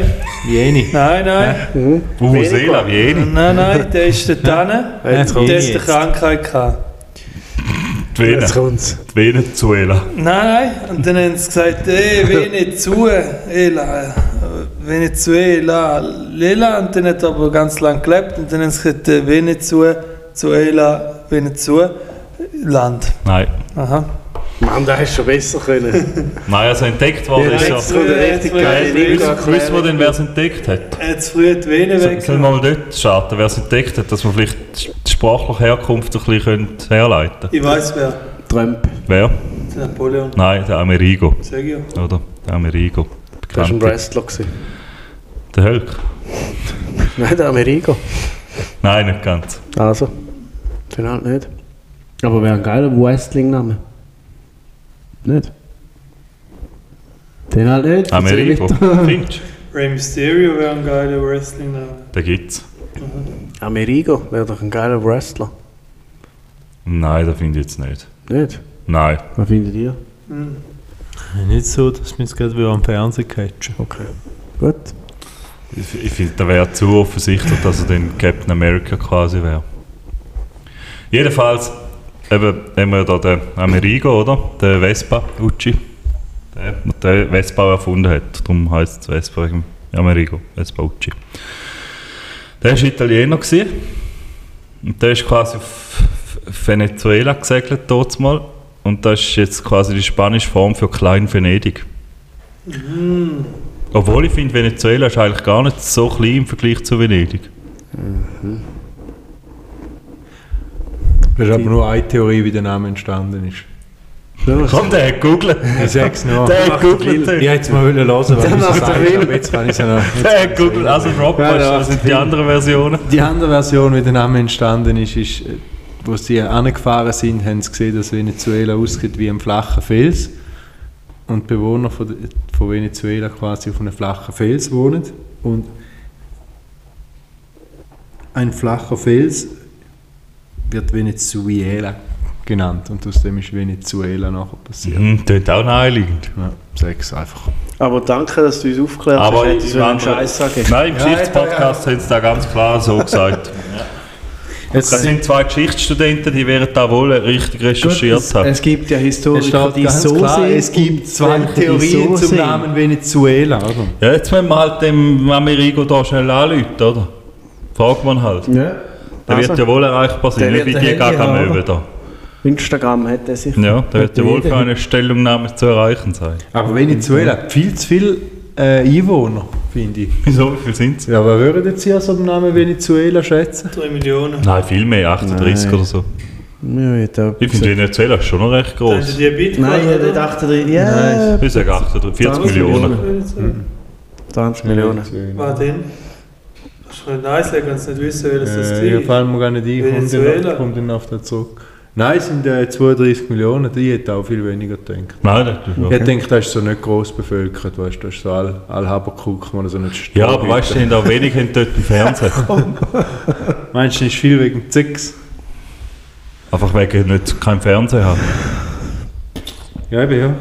Speaker 4: Jeni.
Speaker 7: nein, nein.
Speaker 3: Uh, Vuvuzela, Vieni.
Speaker 7: Nein, nein, der ist der Tanne. Der
Speaker 4: Jetzt
Speaker 7: hat
Speaker 4: kommt's.
Speaker 7: eine Krankheit gehabt.
Speaker 3: Die Vene-
Speaker 9: kommt's.
Speaker 3: die Venezuela.
Speaker 7: Nein, nein. Und dann haben sie gesagt, ey, Venezuela. Venezuela, Lela. eh, Und dann hat er aber ganz lang gelebt. Und dann haben sie gesagt, äh, eh, Venezuela, Venezuela, Land.
Speaker 3: Nein.
Speaker 7: Aha.
Speaker 5: Mann, da hast du schon besser können.
Speaker 3: Nein, also entdeckt worden ist ja.
Speaker 5: kommt der richtige
Speaker 7: Geil.
Speaker 5: Geil.
Speaker 3: Wissen wissen wir denn, wer es entdeckt hat?
Speaker 7: Er hat zu früh die Vene
Speaker 3: So- Sollen wir
Speaker 7: weggenommen.
Speaker 3: mal dort starten, wer es entdeckt hat, dass wir vielleicht die sprachliche Herkunft ein bisschen können herleiten können?
Speaker 7: Ich weiß wer.
Speaker 5: Trump.
Speaker 3: Wer?
Speaker 7: Der Napoleon.
Speaker 3: Nein, der Amerigo,
Speaker 7: Sag ich ja.
Speaker 3: oder? Der Amerigo. der
Speaker 5: Das war ein
Speaker 3: Bekannte.
Speaker 5: Wrestler. gewesen.
Speaker 3: Der Hölk?
Speaker 5: Nein, der Amerigo.
Speaker 3: Nein, nicht ganz.
Speaker 5: Also, den halt nicht. Aber wäre ein geiler Wrestling-Name. Nicht? Den halt nicht.
Speaker 3: Amerigo. Findest du?
Speaker 7: Rey Mysterio wäre ein geiler Wrestling-Name.
Speaker 3: Den gibt's.
Speaker 5: Amerigo wäre doch ein geiler Wrestler.
Speaker 3: Nein, den finde ich jetzt nicht.
Speaker 5: Nicht?
Speaker 3: Nein.
Speaker 5: Was findet ihr?
Speaker 4: Nicht so, dass wir es gerade wieder am Fernsehen catchen.
Speaker 5: Okay. Gut.
Speaker 3: Ich, ich finde, der wäre zu offensichtlich, dass er dann Captain America quasi wäre. Jedenfalls eben, haben wir da den Amerigo, oder? Den Vespa, Ucci. Der, der Vespa erfunden hat. Darum heisst es Vespa wegen Amerigo, Vespa Ucci. Der war Italiener. Gewesen. Und der ist quasi auf Venezuela gesegelt, dort mal. Und das ist jetzt quasi die spanische Form für Klein Venedig. Obwohl ich finde, Venezuela ist eigentlich gar nicht so klein im Vergleich zu Venedig.
Speaker 4: Das ist aber nur eine Theorie, wie der Name entstanden ist.
Speaker 3: Komm, der hat googelt.
Speaker 4: Ich sag's noch.
Speaker 3: Der hat googelt.
Speaker 4: Ich hätte es mal hören lassen, weil ich
Speaker 5: macht
Speaker 4: es
Speaker 5: er
Speaker 4: gesagt
Speaker 5: will.
Speaker 4: habe. Jetzt kann ich es ja noch.
Speaker 3: Der hat googelt. Also Rob,
Speaker 4: Ja, der
Speaker 3: das
Speaker 4: macht
Speaker 3: sind die anderen Versionen.
Speaker 4: Die andere Version, wie der Name entstanden ist, ist, äh, wo sie angefahren sind, haben sie gesehen, dass Venezuela aussieht wie ein flacher Fels. Und die Bewohner von, der- von Venezuela quasi auf einem flachen Fels wohnen. Und ein flacher Fels wird Venezuela genannt. Und aus dem ist Venezuela nachher passiert.
Speaker 3: Hm, Tönt auch naheliegend.
Speaker 4: Ja, sag's einfach.
Speaker 5: Aber danke, dass du uns aufgeklärt hast.
Speaker 3: Aber
Speaker 5: hättest du
Speaker 3: im
Speaker 5: einen
Speaker 3: anderen-
Speaker 5: Scheiß sagen.
Speaker 3: Nein, im Geschichtspodcast haben sie da ganz klar so gesagt.
Speaker 4: Jetzt,
Speaker 3: Das sind zwei Geschichtsstudenten, die wären da wohl richtig recherchiert haben.
Speaker 9: Es gibt ja
Speaker 4: es
Speaker 9: Historiker,
Speaker 4: steht
Speaker 9: die
Speaker 4: ganz
Speaker 9: so
Speaker 4: klar,
Speaker 9: sehen
Speaker 4: es gibt
Speaker 9: und
Speaker 4: zwei
Speaker 9: welche, die
Speaker 4: Theorien
Speaker 9: so
Speaker 4: zum
Speaker 9: sehen.
Speaker 4: Namen Venezuela. Oder?
Speaker 3: Ja, jetzt müssen wir halt dem Amerigo da schnell anrufen, oder? Fragt man halt.
Speaker 9: Ja.
Speaker 3: Der wird
Speaker 5: Also.
Speaker 3: ja wohl erreichbar sein,
Speaker 5: Der
Speaker 3: nicht wie
Speaker 5: wird
Speaker 3: die
Speaker 5: ein Handy haben,
Speaker 3: Gagamöwe da.
Speaker 5: Instagram hat er sich.
Speaker 3: Ja, der wird ja wohl
Speaker 9: jeder.
Speaker 3: für eine Stellungnahme zu erreichen sein.
Speaker 4: Aber Venezuela, viel zu viele äh, Einwohner, finde ich.
Speaker 3: Wieso, wie viel sind es?
Speaker 4: Ja, aber würden jetzt hier so den Namen Venezuela schätzen?
Speaker 7: 3 Millionen.
Speaker 3: Nein, viel mehr, 38 oder so.
Speaker 5: Ja, ich hätte auch
Speaker 3: Ich finde Venezuela ist schon noch recht
Speaker 7: Dann ist
Speaker 3: groß.
Speaker 7: Also die Bitcoin,
Speaker 5: Nein, er
Speaker 7: oder?
Speaker 5: hat 38. Ja.
Speaker 3: Ich sage 48 Millionen.
Speaker 4: Mhm.
Speaker 5: 20 Millionen.
Speaker 7: Was denn? Das ist halt nice, wenn es nicht wissen, weil das das
Speaker 4: Äh, ja,
Speaker 7: Ziel
Speaker 4: fallen mir gar nicht ein. Kommt
Speaker 7: Venezuela.
Speaker 4: dann, kommt dann auf den zurück. Nein, es sind äh, 32 Millionen, die hätte auch viel weniger gedacht.
Speaker 3: Nein, das ist
Speaker 4: Ich denke, das ist so nicht gross bevölkert, weißt du, das ist so all, all Haberkuck, man so nicht
Speaker 3: Ja, aber weißt du, die haben auch wenig haben dort im Fernsehen.
Speaker 4: Meinst du, es ist viel wegen Sex?
Speaker 3: Einfach wegen nicht kein Fernsehen haben.
Speaker 4: Ja, eben, ja.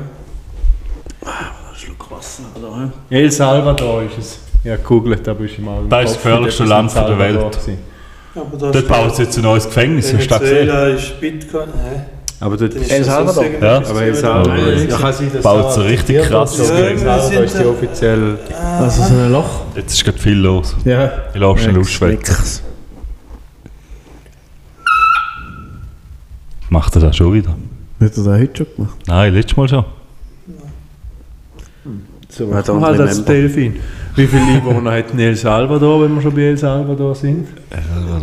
Speaker 4: El Salvador ist es. Ja, googelt, aber ist im Augenblick.
Speaker 3: Das ist das gefährlichste Land von der Welt.
Speaker 7: ist. Aber da
Speaker 3: Dort bauen sie jetzt ein neues Gefängnis, hast du das gesehen?
Speaker 7: Venezuela ist Bitcoin. Hä?
Speaker 4: Aber dort
Speaker 7: Dann ist
Speaker 4: ist
Speaker 7: das genau-
Speaker 5: Salvador.
Speaker 7: sonst
Speaker 3: Ja.
Speaker 7: irgendwas
Speaker 4: aber El
Speaker 7: Venezuela.
Speaker 3: Salvador.
Speaker 4: Salvador. Ja, kann sein, dass
Speaker 3: Baut so
Speaker 4: da
Speaker 3: richtig
Speaker 4: akzeptiert
Speaker 3: krass
Speaker 4: wird,
Speaker 7: auf.
Speaker 4: aber El Salvador ist die offiziell.
Speaker 9: Also so ein Loch.
Speaker 3: Jetzt ist gerade viel los.
Speaker 9: Ja.
Speaker 3: Ich lasse schnell ausschwätzen.
Speaker 5: Nix.
Speaker 3: Macht er das schon wieder?
Speaker 9: Hat er das heute schon gemacht?
Speaker 3: Nein, letztes Mal schon.
Speaker 5: So, I don't
Speaker 4: Halt als
Speaker 5: remember.
Speaker 4: Delfin. Wie viele Einwohner hat denn El Salvador, wenn wir schon bei El Salvador sind?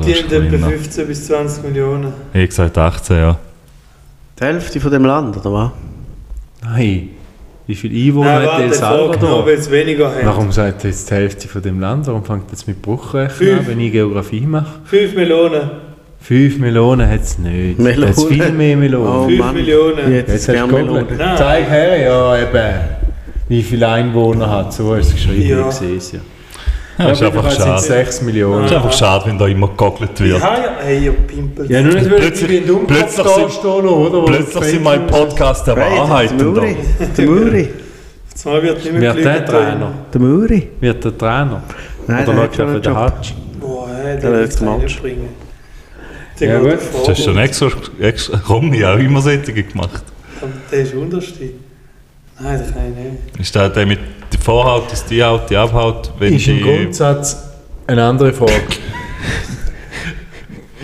Speaker 7: Die haben etwa 15 bis 20 Millionen.
Speaker 3: Ich habe gesagt 18, ja.
Speaker 5: Die Hälfte von dem Land, oder was?
Speaker 4: Nein. Wie viele Einwohner
Speaker 7: Nein,
Speaker 4: hat
Speaker 7: warte,
Speaker 4: El
Speaker 7: frag noch,
Speaker 4: Salvador?
Speaker 7: weil es weniger haben.
Speaker 4: Warum sagt ihr jetzt die Hälfte von dem Land? Warum fängt jetzt mit Bruchrechnen
Speaker 7: Fünf.
Speaker 4: an, wenn ich Geografie mache?
Speaker 7: 5 Millionen.
Speaker 4: 5 Millionen hat es nicht.
Speaker 5: Melonen.
Speaker 4: Es viel mehr
Speaker 5: Oh
Speaker 4: Melonen.
Speaker 7: 5
Speaker 5: Mann.
Speaker 7: Millionen.
Speaker 5: Jetzt ist
Speaker 4: jetzt
Speaker 5: es
Speaker 4: hast du
Speaker 5: Melonen.
Speaker 4: gegoogelt.
Speaker 7: Nein.
Speaker 4: Zeig her, ja eben. Wie viele Einwohner hat So ist es geschrieben,
Speaker 7: Ja.
Speaker 4: ich sehe es ja.
Speaker 3: Ja, ist einfach
Speaker 4: sind
Speaker 3: schade.
Speaker 4: 6 Millionen.
Speaker 3: ist einfach schade, wenn da immer gegoogelt
Speaker 7: Ich
Speaker 3: wird.
Speaker 7: habe ja. Hey, ihr Pimpel.
Speaker 4: Ja, nur nicht, weil
Speaker 3: Plötzlich-
Speaker 4: ich in Dummkopf
Speaker 3: plötzlich
Speaker 4: da
Speaker 3: sind-
Speaker 4: stehen oder?
Speaker 3: Plötzlich sind wir im Podcast der Wahrheit.
Speaker 5: Der Muri.
Speaker 3: Da.
Speaker 5: Der Muri.
Speaker 7: Jetzt mal wird nicht mehr
Speaker 4: Wird der
Speaker 7: gelügt.
Speaker 4: Trainer?
Speaker 5: Der Muri.
Speaker 4: Wird der Trainer?
Speaker 5: Nein,
Speaker 4: Oder
Speaker 5: der
Speaker 4: schaut
Speaker 5: hat schon
Speaker 4: er für
Speaker 5: einen
Speaker 4: den
Speaker 5: Job.
Speaker 4: Hatsch?
Speaker 7: Boah, hey,
Speaker 5: Der
Speaker 7: den
Speaker 5: letzte
Speaker 7: kann ich
Speaker 5: Match.
Speaker 7: nicht bringen.
Speaker 4: Ja,
Speaker 7: Der geht
Speaker 4: gut.
Speaker 7: vor.
Speaker 3: Das ist schon extra, extra Romy auch immer Sättige gemacht.
Speaker 7: Der ist unterste. Nein, das kann ich nicht.
Speaker 3: Ist der, der mit der Vorhaut, ist die Haut, die Abhaut? Wenn
Speaker 4: Ist im
Speaker 3: die,
Speaker 4: Grundsatz eine andere Frage.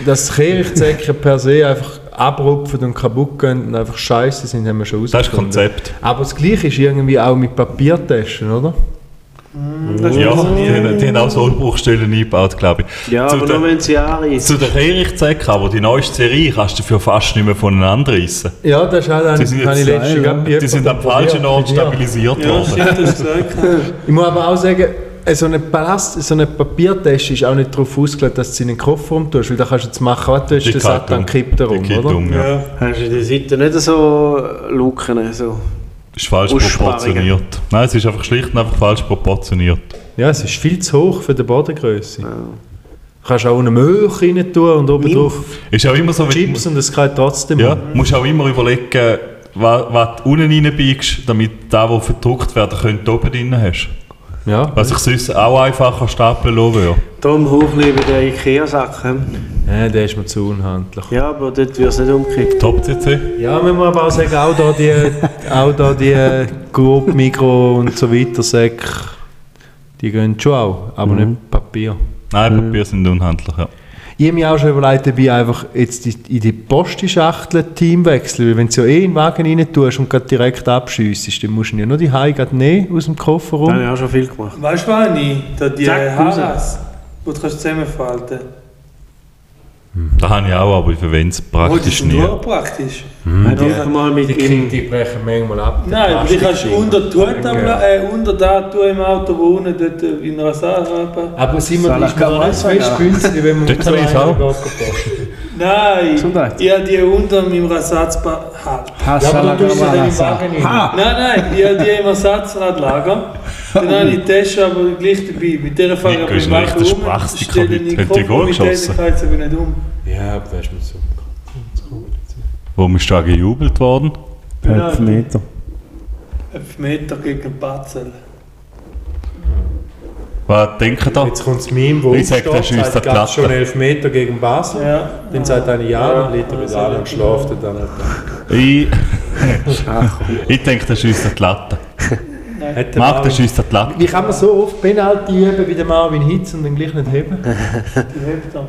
Speaker 4: Dass Kirchzäcken per se einfach abrupfen und kaputt gehen und einfach scheiße sind, haben wir schon
Speaker 3: das ist
Speaker 4: rausgefunden.
Speaker 3: Konzept.
Speaker 4: Aber das Gleiche ist irgendwie auch mit Papiertaschen, oder?
Speaker 3: Ja, die, haben- die haben auch Sollbruchstellen eingebaut, glaube ich.
Speaker 5: Ja,
Speaker 3: Zu
Speaker 5: aber
Speaker 3: der-
Speaker 5: nur wenn sie anreisen.
Speaker 3: Zu der Erich-Zecke, aber die neueste Serie kannst du dafür fast nicht mehr voneinander reissen.
Speaker 4: Ja, das ist halt
Speaker 3: Die sind
Speaker 4: habe ich
Speaker 3: jetzt-
Speaker 4: letztens gerade bei
Speaker 3: Die sind am
Speaker 4: jemandem
Speaker 3: falschen
Speaker 4: probiert,
Speaker 3: Ort
Speaker 4: bei dir.
Speaker 3: stabilisiert
Speaker 7: Ja,
Speaker 3: worden.
Speaker 7: stimmt, das gesagt.
Speaker 4: Ich muss aber auch sagen, äh, so eine, Palast, so eine Papiertasche ist auch nicht darauf ausgelegt, dass du sie in den Kofferraum tust, weil da kannst du jetzt machen, was du willst,
Speaker 3: Die
Speaker 4: der
Speaker 3: kippt
Speaker 4: Satan
Speaker 3: um.
Speaker 4: kippt darum,
Speaker 3: Die kippt
Speaker 4: oder?
Speaker 3: um, ja.
Speaker 7: Ja.
Speaker 5: Hast du in der Seite nicht so also. Luken? So.
Speaker 3: Ist falsch
Speaker 5: Aussparungen.
Speaker 3: proportioniert. Nein, es ist einfach schlicht und einfach falsch proportioniert.
Speaker 4: Ja, es ist viel zu hoch für die Bodengröße. Du kannst auch eine Milch rein tun und oben drauf
Speaker 3: Ist auch immer so, wenn
Speaker 4: Chips und es geht trotzdem. um.
Speaker 3: Ja,
Speaker 4: an.
Speaker 3: musst auch immer überlegen, was, was du unten reinbiegst, damit da, wo verdruckt werden könnte, oben drin hast.
Speaker 4: ja.
Speaker 3: Was ich sonst auch einfacher stapeln lassen würde.
Speaker 5: Darum hoch lieber den Ikea-Sack. hm?
Speaker 4: Nein, der ist mir zu unhandlich.
Speaker 5: Ja, aber dort wird es nicht umgekippt.
Speaker 3: Top CC?
Speaker 4: Ja, man muss aber auch sagen, auch da die, auch da die Group, Mikro und so weiter, Säck, die gehen schon auch, aber nicht Papier.
Speaker 3: Nein, Papier sind unhandlich, ja.
Speaker 4: Ich habe mir auch schon überlegt, dabei einfach jetzt die- in die Postenschachtel Team wechseln, weil wenn du sie ja eh in den Wagen rein tust und gerade direkt abschiessest, dann musst du ihn ja nur die Hause gerade nehmen aus dem
Speaker 5: Da habe
Speaker 4: Kofferraum.
Speaker 5: ich auch schon viel gemacht.
Speaker 7: Weißt du, was ich? Da die
Speaker 5: Zack, raus.
Speaker 7: Haras, die du kannst zusammenfalten
Speaker 3: Das habe ich auch, aber ich verwende es
Speaker 7: Oh, die
Speaker 3: praktisch
Speaker 7: sind
Speaker 3: nie.
Speaker 7: nur praktisch.
Speaker 5: Nein, doch mal mit ihm.
Speaker 4: brechen manchmal ab.
Speaker 7: Nein, aber die kannst du unter, tun, äh, unter da tun im Auto, wo unten dort äh, in Rasarhaben.
Speaker 4: Aber Simon, ich kann
Speaker 5: man
Speaker 4: nicht fest günstig, wenn man
Speaker 3: Dort habe ich es auch.
Speaker 7: Nein,
Speaker 9: Gesundheit.
Speaker 7: ich habe die unter meinem Rasatzbar. Ha.
Speaker 4: Hassalagramma.
Speaker 7: Nein, nein, ich habe die im Ersatzradlager. Dann habe ich die Tasche aber gleich dabei. Mit der fahre ich
Speaker 3: Nico
Speaker 7: aber
Speaker 3: ist
Speaker 7: im
Speaker 3: ein
Speaker 7: Wagen
Speaker 3: richtiger
Speaker 7: um,
Speaker 3: Sprachsticker
Speaker 7: stelle
Speaker 3: heute.
Speaker 7: in den
Speaker 3: Hat die
Speaker 7: Koffer
Speaker 3: gut
Speaker 7: mit der
Speaker 3: geschossen?
Speaker 7: Sicherheit aber nicht um.
Speaker 4: Ja, aber das ist mir so.
Speaker 3: Warum ist da gejubelt worden?
Speaker 9: Elf Meter.
Speaker 7: 5 Meter gegen Batzel.
Speaker 3: Was denken da?
Speaker 4: Jetzt kommt das Meme, wo
Speaker 3: Ich sag, das ist
Speaker 4: sagt,
Speaker 3: unser
Speaker 4: gab es schon
Speaker 3: Platte.
Speaker 4: 11 Meter gegen Basel.
Speaker 7: Ja.
Speaker 4: Dann sagt einer ja, dann liegt er wieder an und schlaft er dann.
Speaker 3: Ich, ich denke, das ist unser die Latte.
Speaker 4: Hat der
Speaker 3: Marc, das
Speaker 4: Marvin-
Speaker 3: ist unser die Latte.
Speaker 4: Wie kann man so oft Penalty üben wie der Marvin Hitz und dann gleich nicht heben?
Speaker 7: Die hebt er.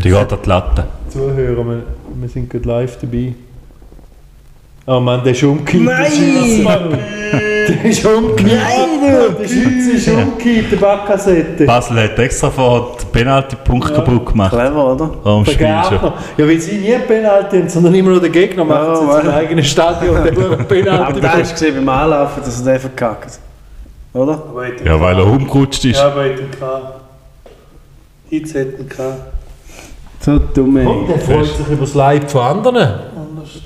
Speaker 3: Die geht an die Latte.
Speaker 4: Zuhörer, wir, wir sind gerade live dabei. Oh Mann, der ist umgekippt. Nein! Der ist umgekippt. Nein! Der Schütze ist umgekippt, der Backassette.
Speaker 3: Basel hat extra vor den Penalty-Punkt kaputt gemacht.
Speaker 5: Clever, oder?
Speaker 3: Am
Speaker 4: Der
Speaker 3: Spiel schon.
Speaker 4: Gärtner. Ja, weil sie nie Penalty haben, sondern immer nur den Gegner machen sie
Speaker 5: Mann.
Speaker 4: zum eigenen Stadion. Der nur
Speaker 5: Aber
Speaker 4: Penalty.
Speaker 5: da hast du gesehen beim Anlaufen, dass er den verkackt. Oder?
Speaker 7: Aber hätte ihn
Speaker 3: Ja, weil er
Speaker 7: gehabt.
Speaker 3: umgerutscht ist.
Speaker 7: Ja, aber hätte ihn gehabt. Hitz hätte ihn gehabt.
Speaker 9: So dumme.
Speaker 4: Und
Speaker 5: Oh.
Speaker 4: der freut sich über das Leid von anderen.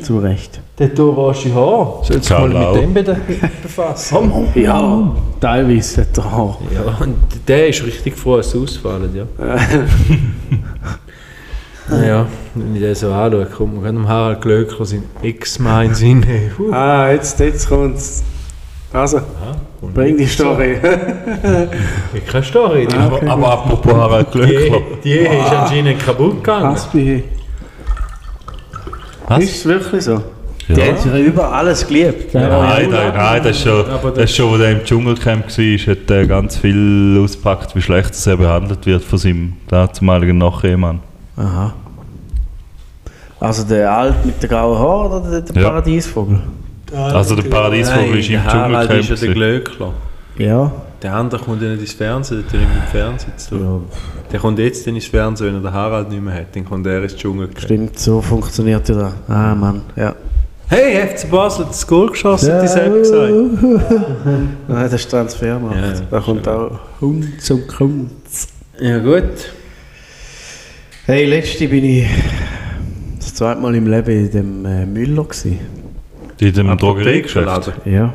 Speaker 9: Zu Recht.
Speaker 4: Der orange Haar. Sollst du
Speaker 3: Ciao,
Speaker 4: mal
Speaker 3: Lau.
Speaker 4: mit dem be- befassen?
Speaker 5: Ja, teilweise hat er auch.
Speaker 4: Ja, und der ist richtig froh, dass es ausfallen, ja. naja, wenn ich den so anschaue, kommt man gerade am Harald Glöckler sein Ex-Mein Sinn. Uh,
Speaker 5: Ah, jetzt, jetzt kommt's. Also, bring die Story.
Speaker 4: ich kann Story. Die,
Speaker 3: Aber, aber apropos Harald Glöckler.
Speaker 4: die, die ist anscheinend kaputt gegangen.
Speaker 9: Was bin
Speaker 3: Was?
Speaker 5: Ist wirklich so?
Speaker 3: Ja.
Speaker 5: Der hat sich über alles geliebt.
Speaker 3: Nein, nein, nein, das ist schon,
Speaker 4: Aber
Speaker 3: das ist schon als er im Dschungelcamp war, hat er ganz viel ausgepackt, wie schlecht er behandelt wird von seinem damaligen Nachehemann.
Speaker 4: Ah,
Speaker 5: Aha. Also der Alt mit den grauen Haaren oder der, der
Speaker 3: Ja.
Speaker 5: Paradiesvogel?
Speaker 3: Also der Paradiesvogel ist im
Speaker 4: Harald
Speaker 3: Dschungelcamp.
Speaker 4: ist ja
Speaker 3: gewesen.
Speaker 4: der Glöckler.
Speaker 9: Ja.
Speaker 4: Der andere kommt ja nicht ins Fernsehen, der hat ja nicht mit dem Fernsehen zu tun. Der kommt jetzt dann ins Fernsehen, wenn er den Harald nicht mehr hat, dann kommt er ins Dschungelcamp.
Speaker 9: Stimmt, so funktioniert ja das. Ah, Mann. Ja.
Speaker 4: Hey, FC Basel hat das Goal geschossen, hat die selber gesagt.
Speaker 5: Nein, das ist Transfermarkt.
Speaker 4: Ja,
Speaker 5: da kommt auch.
Speaker 9: Hund zum Kumpf.
Speaker 5: Ja, gut. Hey, letzte bin ich das zweite Mal im Leben in dem äh, Müller. Gewesen.
Speaker 3: In dem
Speaker 4: Apothekerladen.
Speaker 3: Drogeriegeschäft.
Speaker 5: Ja.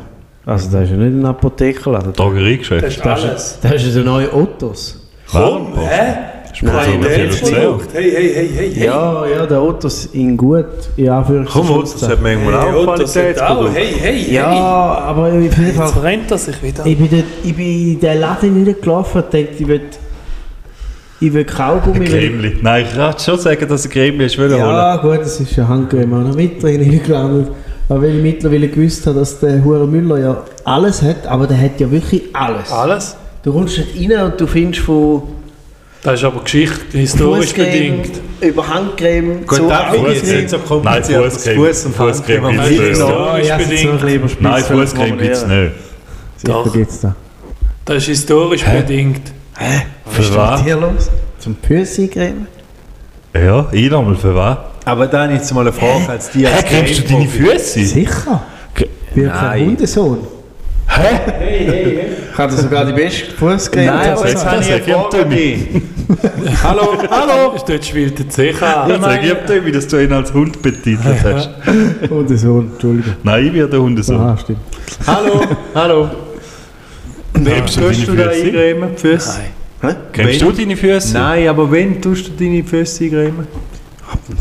Speaker 5: Also, das ist ja nicht ein Apothekerladen.
Speaker 3: Drogeriegeschäft.
Speaker 7: ist alles.
Speaker 5: Das ist ja der neue Ottos.
Speaker 7: Komm,
Speaker 3: Warenpost.
Speaker 5: Also,
Speaker 7: hä?
Speaker 3: Ist mir so
Speaker 7: Nein, der
Speaker 3: viel
Speaker 7: ist
Speaker 3: erzählt.
Speaker 7: verrückt. Hey, hey, hey, hey, hey.
Speaker 5: Ja, ja, der Ottos in gut, in Anführungszeichen.
Speaker 4: Komm, Otto, das hat manchmal
Speaker 7: Hey,
Speaker 4: auch
Speaker 7: Otto, das hat auch.
Speaker 4: Qualitätsprodukte.
Speaker 7: Hey, hey, hey.
Speaker 5: Ja, aber auf jeden Fall.
Speaker 7: Jetzt rennt er sich wieder.
Speaker 9: Ich bin, dort, ich bin in den Laden reingelaufen und dachte, ich will, ich will Kaugummi. weil ich-
Speaker 3: Gremli. Nein, ich kann schon sagen, dass ein Gremli ist wollen holen.
Speaker 9: Ja, gut, es ist ja Handcreme auch noch mit drin reingelandet. Aber weil ich mittlerweile gewusst habe, dass der Hure Müller ja alles hat, aber der hat ja wirklich alles. halt
Speaker 6: Alles?
Speaker 5: Du kommst nicht rein und du findest von
Speaker 6: Das ist aber Geschichte, historisch
Speaker 5: Fußcreme
Speaker 6: bedingt.
Speaker 5: über Handcreme
Speaker 4: Gut, da finde ich jetzt nicht so
Speaker 3: Nein,
Speaker 4: kompliziert. das
Speaker 3: Fußcreme.
Speaker 4: Fuß und
Speaker 3: Fußcreme
Speaker 4: Handcreme.
Speaker 3: gibt's nicht.
Speaker 6: Ja,
Speaker 5: ich
Speaker 6: ist
Speaker 5: esse jetzt
Speaker 6: bedingt.
Speaker 5: noch ein bisschen überspitzt,
Speaker 3: Nein,
Speaker 5: wenn ich es
Speaker 3: Fußcreme gibt es
Speaker 5: formuliere.
Speaker 3: nicht.
Speaker 9: Sicher gibt's da.
Speaker 6: Das ist historisch bedingt.
Speaker 3: Für was?
Speaker 5: Hier los.
Speaker 9: Zum Pürsi-Creme?
Speaker 3: Ja, ich nochmal, für was?
Speaker 4: Aber da habe ich jetzt mal eine Frage als die als
Speaker 3: Cremst du deine
Speaker 4: Creme-Profi.
Speaker 3: Füße?
Speaker 9: Sicher. Ich bin ja kein
Speaker 4: Nein.
Speaker 9: Hundesohn.
Speaker 5: Ich hatte sogar die beste Fußcreme.
Speaker 4: Nein, aber jetzt
Speaker 3: Das
Speaker 4: habe ich eine
Speaker 3: ergibt
Speaker 4: Frage an dich. Hallo, hallo.
Speaker 6: Dort spielt der CH.
Speaker 3: Das ergibt irgendwie, dass du ihn als Hund betitelt hast.
Speaker 9: Hundesohn, Entschuldigung.
Speaker 3: Nein, ich bin der Hundesohn.
Speaker 9: Ah, stimmt.
Speaker 4: Hallo, hallo. Wem
Speaker 3: Cremst du deine
Speaker 4: tust Ah, du da
Speaker 3: Füße?
Speaker 4: eingremen? die Füße?
Speaker 3: Cremst du deine Füße?
Speaker 4: Nein, aber wenn tust du deine Füße eingremen?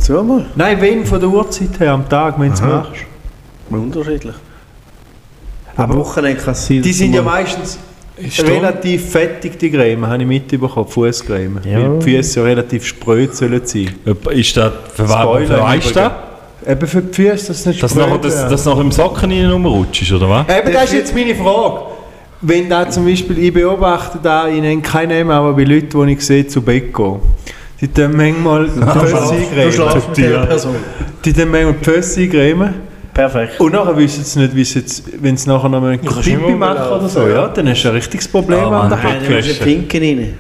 Speaker 5: So mal.
Speaker 4: Nein, wenn von der Uhrzeit her, am Tag, wenn du es machst.
Speaker 5: Unterschiedlich. Am Wochenende kann es sein.
Speaker 4: Die
Speaker 5: dass
Speaker 4: sind
Speaker 5: du
Speaker 4: ja
Speaker 5: mal-
Speaker 4: meistens
Speaker 6: Stimmt.
Speaker 4: relativ fettig, die Creme, habe ich mitbekommen, Fußcreme.
Speaker 9: Ja.
Speaker 4: Weil die Füße ja relativ spröd sollen sein.
Speaker 3: Ist das, für was?
Speaker 4: Spoiler
Speaker 3: Für was ist das?
Speaker 4: übrigens. Eben für die Füße, dass es nicht
Speaker 3: Dass
Speaker 4: spröd
Speaker 3: nachher das,
Speaker 4: wird.
Speaker 3: dass nachher im Socken rein rumrutschst, oder was?
Speaker 4: Eben, das ist jetzt meine Frage. Wenn da zum Beispiel, ich beobachte da, ich nenne keinen Namen, aber bei Leuten, die ich sehe, zu Bett gehen. Die tun manchmal die Füße eingremen.
Speaker 3: mit der Person.
Speaker 4: Die tun manchmal die Füße eingremen.
Speaker 5: Perfekt.
Speaker 4: Und nachher wissen sie nicht, wie sie jetzt, wenn sie nachher noch mal einen Pipi machen oder so, ja, dann hast du ein richtiges Problem
Speaker 3: Ah,
Speaker 4: an der
Speaker 3: Mann.
Speaker 4: Hand.
Speaker 5: Nein, du musst den Pinken rein.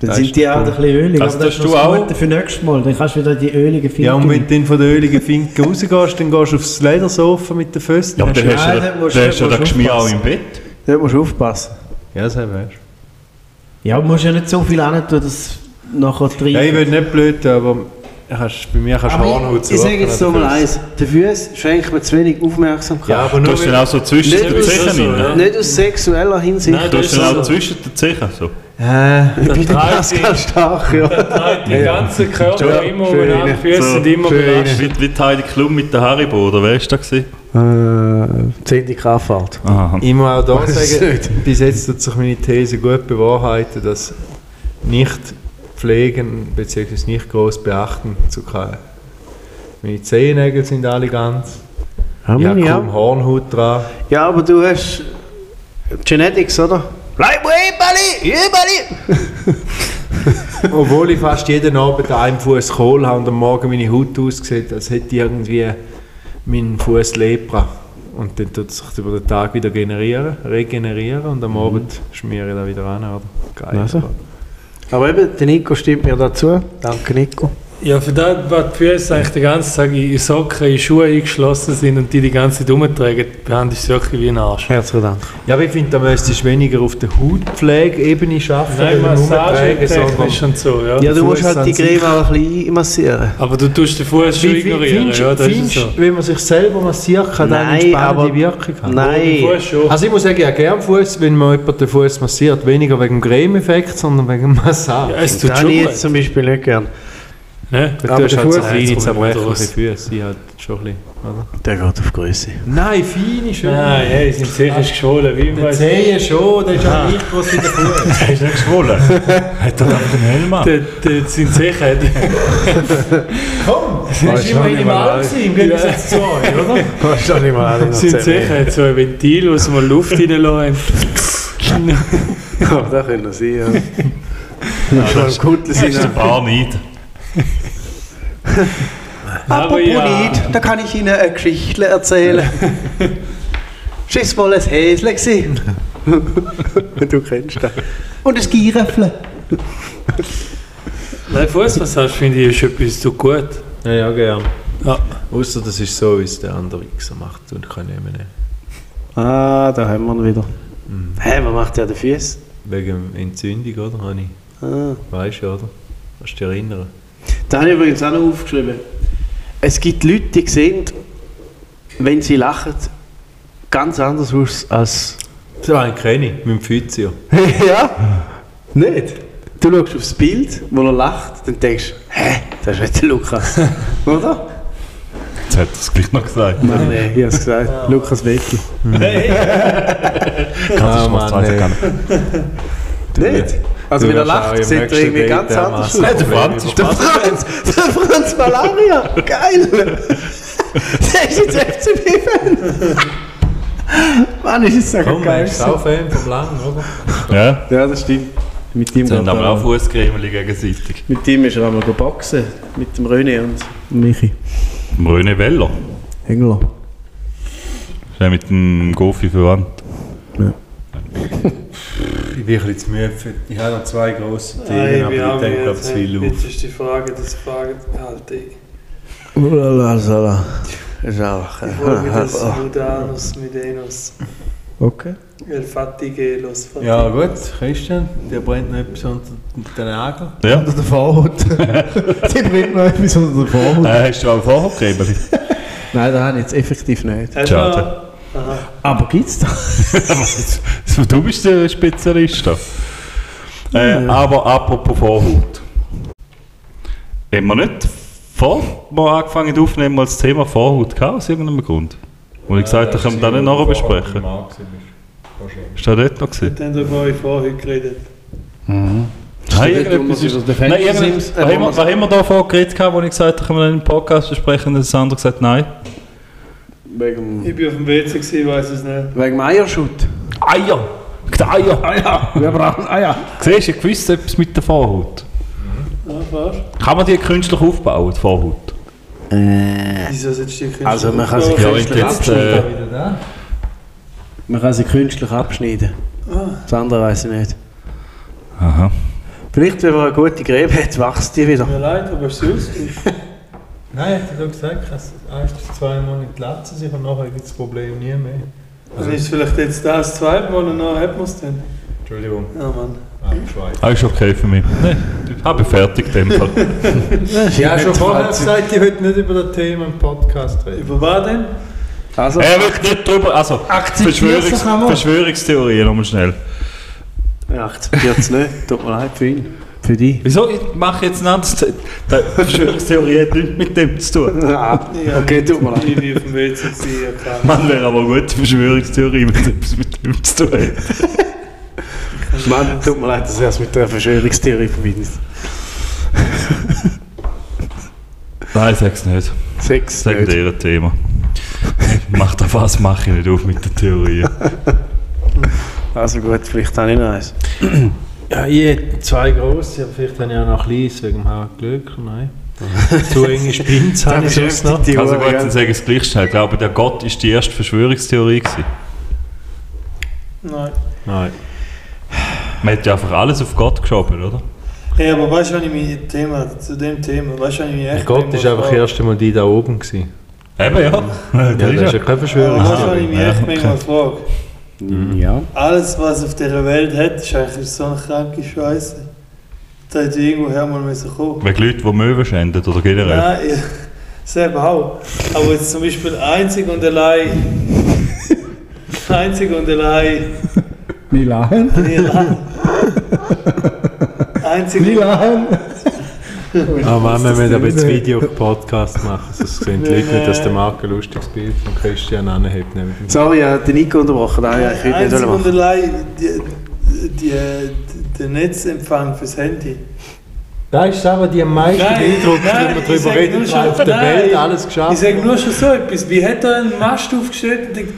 Speaker 5: Dann
Speaker 4: Das
Speaker 5: sind
Speaker 4: ist
Speaker 5: die
Speaker 9: Auch ein
Speaker 5: auch.
Speaker 9: bisschen ölig,
Speaker 3: Also
Speaker 9: aber das
Speaker 3: tust
Speaker 9: ist
Speaker 3: du
Speaker 9: noch
Speaker 3: auch-
Speaker 9: das Gute für nächstes Mal. Dann kannst du wieder die öligen Finger.
Speaker 4: Ja, und wenn du dann von der öligen Finken rausgehst, dann gehst du aufs Ledersofa mit den Füßen.
Speaker 3: Ja, aber dann hast du
Speaker 5: Nein,
Speaker 3: ja-
Speaker 5: dann musst-
Speaker 3: dann hast du ja
Speaker 5: musst
Speaker 3: das Geschmier auch
Speaker 5: aufpassen.
Speaker 3: im Bett.
Speaker 5: Da musst du aufpassen.
Speaker 4: ja, das weißt du.
Speaker 9: ja, du musst ja nicht so viel hin tun, dass es nachher drin
Speaker 4: Ja, ich will nicht blöd, aber kannst, bei mir kannst du
Speaker 5: Aber
Speaker 4: Hornhaut
Speaker 5: ich ich sage jetzt so
Speaker 4: suchen an den
Speaker 5: mal
Speaker 4: Füssen.
Speaker 5: eins. Den Füßen schenkt man zu wenig Aufmerksamkeit.
Speaker 4: Ja, aber
Speaker 3: Du
Speaker 4: nur
Speaker 3: hast dann
Speaker 4: wenn,
Speaker 3: auch so zwischen
Speaker 5: Nicht
Speaker 3: den
Speaker 5: aus-
Speaker 3: Zehen rein.
Speaker 5: Nicht aus sexueller Hinsicht.
Speaker 6: Nein,
Speaker 3: Du hast dann auch
Speaker 6: Das ist so.
Speaker 3: zwischen den Zehen so.
Speaker 5: ich bin der
Speaker 6: treibt
Speaker 5: Pascal Stach, ja.
Speaker 6: Die ganzen Körper immer umeinander, die Füße sind immer belastet.
Speaker 3: Wie, wie die Heidi Klum mit der Haribo, oder wer ist das gewesen?
Speaker 5: Äh, 10. K-Fahrt.
Speaker 3: Aha.
Speaker 4: ich muss auch da sagen, bis jetzt tut sich meine These gut bewahrheiten, dass nicht pflegen bzw. nicht groß beachten zu können. Meine Zehennägel sind alle ganz. Ich habe kaum Hornhaut dran.
Speaker 5: Ja, aber du hast Genetics, oder? Bleib ruhig, Bali! Ja, Bali!
Speaker 4: Obwohl ich fast jeden Abend an einem Fuß Kohl habe und am Morgen meine Haut aussieht, als hätte irgendwie mein Fuß Lepra. Und dann tut es sich über den Tag wieder generieren, regenerieren und am Abend schmiere ich da wieder an. Oder? Geil.
Speaker 5: Mhm. Also. Aber eben, der Nico stimmt mir dazu. Danke, Nico.
Speaker 6: Ja, für das, was die Füße eigentlich den ganzen Tag in Socken, in Schuhe eingeschlossen sind und die die ganze Zeit rumtragen, behandelst du sie wirklich wie einen Arsch.
Speaker 5: Herzlichen Dank.
Speaker 4: Ja, aber ich finde, da müsstest du weniger auf der Hautpflegeebene arbeiten,
Speaker 6: Nein,
Speaker 4: weil nur tragen, sondern
Speaker 6: massagetechnisch und so, ja.
Speaker 5: Ja,
Speaker 4: Die
Speaker 5: du musst
Speaker 4: Füße
Speaker 5: halt die
Speaker 4: sind
Speaker 5: Creme auch ein bisschen massieren.
Speaker 6: Aber du tust den Fuß schon
Speaker 4: Wie- wie-
Speaker 6: ignorieren,
Speaker 4: findest-
Speaker 6: ja, das ist
Speaker 4: findest,
Speaker 6: so.
Speaker 4: Wenn man sich selber massiert, kann das
Speaker 5: Nein,
Speaker 4: eine entspannende
Speaker 5: aber-
Speaker 4: Wirkung haben.
Speaker 6: Den
Speaker 5: Nein.
Speaker 6: Fuß schon.
Speaker 4: Also ich muss sagen, ich habe gerne Fuß, wenn man jemand den Fuß massiert. Weniger wegen dem Creme-Effekt, sondern wegen dem Massage.
Speaker 6: Ja, es tut
Speaker 5: Das habe
Speaker 6: schon
Speaker 5: ich jetzt
Speaker 6: gut.
Speaker 4: um-
Speaker 5: zum Beispiel nicht gern.
Speaker 6: Ne?
Speaker 4: Du hast halt so kleine zerbrechliche
Speaker 6: raus.
Speaker 4: Füße, ich halt schon ein bisschen, oder?
Speaker 5: Der geht auf Größe.
Speaker 4: Nein, feine schon.
Speaker 6: Nein, hey, sind sicher geschwollen, wie man
Speaker 4: Die Zehen Ah. schon, das ist auch nicht groß in der Fuß.
Speaker 3: Hast du nicht geschwollen? Hat er einfach den Helm an?
Speaker 6: Dort sind sicher. Ah,
Speaker 4: Kohm, das ist immer minimal gewesen, im Gegensatz zu euch, oder?
Speaker 5: Kannst du nicht mal alle noch
Speaker 6: sind sicher so ein Ventil, wo sie mal Luft reinlassen.
Speaker 5: Ja, das könnte sein, ja. ja schon im Kutel
Speaker 3: Das ist der
Speaker 5: sein.
Speaker 3: Bar nicht.
Speaker 6: Aber
Speaker 5: Apropos
Speaker 6: ja.
Speaker 5: nicht, da kann ich Ihnen eine Geschichte erzählen. Schiss mal ein Häsle gewesen. Du kennst das. Und ein Gieröffle.
Speaker 6: Nein, Fußmassage finde ich ist etwas zu gut.
Speaker 4: Ja, ja, gern.
Speaker 10: Ja.
Speaker 4: Außer das ist so, wie es der andere Xer macht und kann nicht mehr nehmen. Mhm.
Speaker 2: Ah, da haben wir ihn wieder. Hä, hey, man macht ja den Füße.
Speaker 4: Wegen Entzündung, oder? Hani?
Speaker 2: Ah.
Speaker 4: Weißt du, oder? Kannst du dich erinnern?
Speaker 2: Da habe ich übrigens auch noch aufgeschrieben. Es gibt Leute, die sehen, wenn sie lachen, ganz anders aus als.
Speaker 4: So einen kenne ich, mit dem Physio.
Speaker 2: ja? Nicht? Du schaust aufs Bild, wo er lacht, dann denkst du, hä, das ist nicht der Lukas. Oder?
Speaker 3: Jetzt hat er es gleich noch gesagt.
Speaker 2: Nein, nein, ich habe es gesagt. Lukas Wettl.
Speaker 3: Kannst du
Speaker 4: Ah, Mann,
Speaker 3: mal zeigen.
Speaker 4: ey.
Speaker 3: kann.
Speaker 2: Nicht? Also,
Speaker 4: du
Speaker 2: wenn er
Speaker 4: wirst auch im
Speaker 2: lacht, sieht er
Speaker 4: nächsten
Speaker 2: irgendwie
Speaker 4: Date
Speaker 2: ganz anders aus.
Speaker 4: dermaßen
Speaker 2: Nein, der
Speaker 4: Probleme
Speaker 2: Franz, der Franz, der Franz Malaria. Geil. Der ist jetzt FCB-Fan. Mann, ist das so
Speaker 4: Komm,
Speaker 2: geil.
Speaker 4: man ist auch Fan vom Lang, oder?
Speaker 3: Ja,
Speaker 2: Ja, das stimmt. Mit ihm,
Speaker 3: sie haben
Speaker 2: geht
Speaker 3: aber
Speaker 2: er-
Speaker 3: auch Fußcremeli gegenseitig.
Speaker 2: mit ihm ist er einmal boxen. Mit dem René und Michi.
Speaker 3: Röne Weller.
Speaker 2: Engler.
Speaker 3: Ist der mit dem Gofi verwandt?
Speaker 4: Ich bin ein bisschen zu müde. für- Ich habe noch zwei grosse Themen,
Speaker 7: Nein,
Speaker 4: aber
Speaker 7: wir
Speaker 4: ich
Speaker 7: haben
Speaker 4: denke, glaube ich,
Speaker 7: jetzt,
Speaker 4: zu viel auf.
Speaker 7: jetzt ist die Frage, das Frage halt ich.
Speaker 2: Ulala, sala. Ist auch.
Speaker 7: Die Folge des Ludanus Midenus.
Speaker 2: Okay.
Speaker 7: El Fatige, los Fatige.
Speaker 4: Ja gut, Christian, der brennt noch etwas unter den Nagel.
Speaker 3: Ja.
Speaker 5: Der Vorhut. Die bringt noch etwas unter den Vorhut.
Speaker 3: Äh, hast du auch vorher Cremeli?
Speaker 2: Nein, das habe ich jetzt effektiv nicht.
Speaker 7: Hat
Speaker 3: Schade.
Speaker 7: er- Aha.
Speaker 5: Aber gibt's da?
Speaker 3: Also, du bist der Spezialist. da. Äh, aber apropos Vorhaut. Haben wir nicht vor, mal angefangen aufnehmen, mal das Thema Vorhaut gehabt, aus irgendeinem Grund? Und ich gesagt, habe, können wir das nicht nachher besprechen. Ist das dort noch gewesen?
Speaker 7: Mit dem haben wir euch vorher geredet.
Speaker 3: Nein,
Speaker 2: dort, wo wir
Speaker 3: irgendetwas
Speaker 2: über
Speaker 3: ist...
Speaker 2: den
Speaker 3: Nein,
Speaker 2: Fenster
Speaker 3: irgend- was
Speaker 2: sind, äh,
Speaker 3: haben
Speaker 2: wo
Speaker 3: wir- was haben wir da vorher geredet, gehabt, wo ich gesagt habe, können wir nicht im Podcast besprechen, und das andere gesagt, nein?
Speaker 2: Wegen,
Speaker 7: Ich bin auf dem WC, gewesen, weiß es nicht.
Speaker 2: wegen dem Eierschutt.
Speaker 3: Eier! Die Eier!
Speaker 2: Wir brauchen Eier.
Speaker 3: Siehst du, ich wüsste etwas mit der Vorhaut.
Speaker 7: Ah, fast.
Speaker 3: Kann man die künstlich aufbauen, die Vorhaut?
Speaker 7: Wieso setzt du dich
Speaker 2: Also, man kann sich
Speaker 3: Ja, wenn du
Speaker 2: künstlich
Speaker 3: jetzt...
Speaker 2: abschneiden.
Speaker 3: Äh,
Speaker 2: Man kann sie künstlich abschneiden. Das andere weiß ich nicht.
Speaker 3: aha.
Speaker 2: Vielleicht, wenn man eine gute Gräbe hat, wächst die wieder.
Speaker 7: Mir leid, aber es ist süß.
Speaker 4: Nein, ich habe gesagt, ein bis zwei Monate lassen sich und nachher gibt es das Problem nie mehr.
Speaker 7: Dann ist vielleicht jetzt das zweite Mal und dann hat man es dann.
Speaker 4: Entschuldigung,
Speaker 7: Ja, Mann.
Speaker 4: abschweifen.
Speaker 3: Ah, ist okay für mich. Nein, ich habe fertig in dem Fall.
Speaker 4: Ich habe schon vorher gesagt, ich will nicht über das Thema im Podcast reden.
Speaker 7: Über was denn?
Speaker 2: Also,
Speaker 3: Er wird nicht drüber. Also,
Speaker 5: Akzeptier's
Speaker 3: Verschwörungs
Speaker 5: doch einmal.
Speaker 3: Verschwörungstheorie nochmal schnell.
Speaker 2: er akzeptiert es nicht. Tut mir leid für ihn. Für dich.
Speaker 3: Wieso? Ich mache jetzt ein anderes. The- Die Verschwörungstheorie hat nichts mit dem zu tun.
Speaker 7: Ja,
Speaker 2: Ah, okay, tut mir leid.
Speaker 7: Ich bin auf dem WC, gewesen, ja klar.
Speaker 3: Man wäre aber gut, die Verschwörungstheorie mit dem, mit dem zu tun hat.
Speaker 2: Mann, tut mir leid, dass er es mit der Verschwörungstheorie verbindet.
Speaker 3: Nein, sag's nicht.
Speaker 2: Sex.
Speaker 3: Sag dir ein Thema. Mach da was, mache ich nicht auf mit der Theorie.
Speaker 2: Also gut, vielleicht auch nicht eins.
Speaker 4: Ja, ich hätte zwei grosse, aber vielleicht habe ich auch noch ein kleines, wegen dem Haar Glück. Nein. Zu enge Spins habe ich sonst noch.
Speaker 2: die
Speaker 3: Also
Speaker 2: Uhr,
Speaker 3: gut,
Speaker 2: gell?
Speaker 3: dann sage ich es gleich schnell. Ich glaube, der Gott ist die erste Verschwörungstheorie. Gewesen.
Speaker 7: Nein.
Speaker 4: Nein.
Speaker 3: Man hat ja einfach alles auf Gott geschoben, oder?
Speaker 7: Hey, aber weißt du, wenn ich mich Thema, zu dem Thema, weißt du, wenn ich mich echt.
Speaker 4: Gott ist
Speaker 7: manchmal
Speaker 4: einfach
Speaker 7: frage?
Speaker 4: erst einmal die da oben gewesen.
Speaker 3: Eben ja.
Speaker 4: Ja, das
Speaker 7: Aber weißt du,
Speaker 4: ist ja Ah. keine
Speaker 7: wenn
Speaker 4: Verschwörungstheorie.
Speaker 7: ich mich echt manchmal frage?
Speaker 2: Ja.
Speaker 7: Alles, was auf dieser Welt hat, ist eigentlich so eine kranke Scheiße. Da hätte ich irgendwoher mal müssen kommen.
Speaker 3: Wegen Leute, die Möwen schänden oder generell.
Speaker 7: Nein, ja, selber auch. Aber jetzt zum Beispiel einzig und allein. einzig und allein.
Speaker 5: Nicht lachen.
Speaker 7: Nila. Einzig
Speaker 5: Nicht
Speaker 7: und
Speaker 5: lachen.
Speaker 4: Ah, Mann, wir müssen aber jetzt Video-Podcast machen, sonst sehen die Leute nicht, dass der Marc ein lustiges Bild von Christian anhebt. neben dem-
Speaker 2: Sorry, ich habe den Nico unterbrochen. Nein, ja, ich würde nicht
Speaker 7: einzig und
Speaker 2: machen.
Speaker 7: allein die, die, der Netzempfang fürs Handy.
Speaker 4: Da ist aber die am meisten
Speaker 7: Nein,
Speaker 4: Eindruck,
Speaker 7: nein,
Speaker 4: wenn man
Speaker 7: ich
Speaker 4: darüber
Speaker 7: sag nur
Speaker 4: redet,
Speaker 7: schon-
Speaker 4: weil auf der
Speaker 7: nein,
Speaker 4: Welt alles
Speaker 7: Ich
Speaker 4: geschafft
Speaker 7: sage nur schon so etwas. Wie hat er einen Mast aufgestellt und denkt,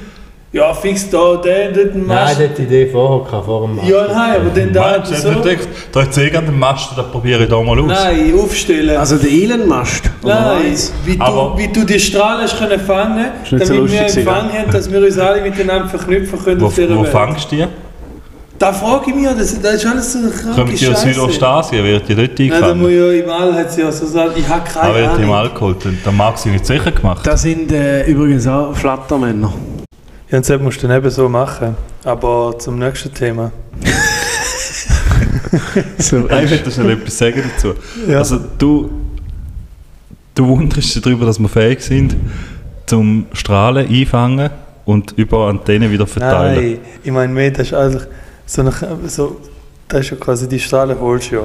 Speaker 7: ja, fix da, der, dort einen
Speaker 4: Nein,
Speaker 7: Mast.
Speaker 4: die Idee vorher kann, vor dem Marc.
Speaker 7: ja, nein, aber dann da
Speaker 3: Meinst du,
Speaker 7: und
Speaker 3: hast
Speaker 7: so.
Speaker 3: nicht gedacht, da hat es eh gerade einen Mast, das probiere ich da mal aus.
Speaker 7: Nein, aufstellen.
Speaker 2: Also der Eilenmast.
Speaker 7: Nein, wie du,
Speaker 3: Aber-
Speaker 7: wie du die Strahlen hast können fangen
Speaker 2: nicht
Speaker 7: damit
Speaker 2: so
Speaker 7: wir
Speaker 2: lustig
Speaker 7: empfangen haben, dass wir uns alle miteinander verknüpfen können
Speaker 3: Wo,
Speaker 7: auf dieser
Speaker 3: wo
Speaker 7: Welt.
Speaker 3: fängst du die?
Speaker 7: Da frage ich mich, das, das ist alles so eine kranke
Speaker 3: Kommt die aus
Speaker 7: Scheisse.
Speaker 3: Südostasien, wird die dort
Speaker 7: Nein, da muss
Speaker 3: eingefangen?
Speaker 7: ich Ah, ja im All, hat sie ja so gesagt, ich habe
Speaker 3: Aber
Speaker 7: keine
Speaker 3: wird die im
Speaker 7: Ahnung.
Speaker 3: Alkohol, dann dann mag sie nicht sicher gemacht.
Speaker 5: Das sind äh, übrigens auch Flattermänner.
Speaker 7: Ja, und das musst du dann eben so machen. Aber zum nächsten Thema.
Speaker 5: So,
Speaker 3: Nein, ich möchte schnell etwas sagen dazu. Also du, du wunderst dich darüber, dass wir fähig sind, zum Strahlen einfangen und über Antennen wieder verteilen.
Speaker 7: Nein, ich meine mehr, das ist eigentlich so, eine, so das ist ja quasi die Strahlen holst du ja.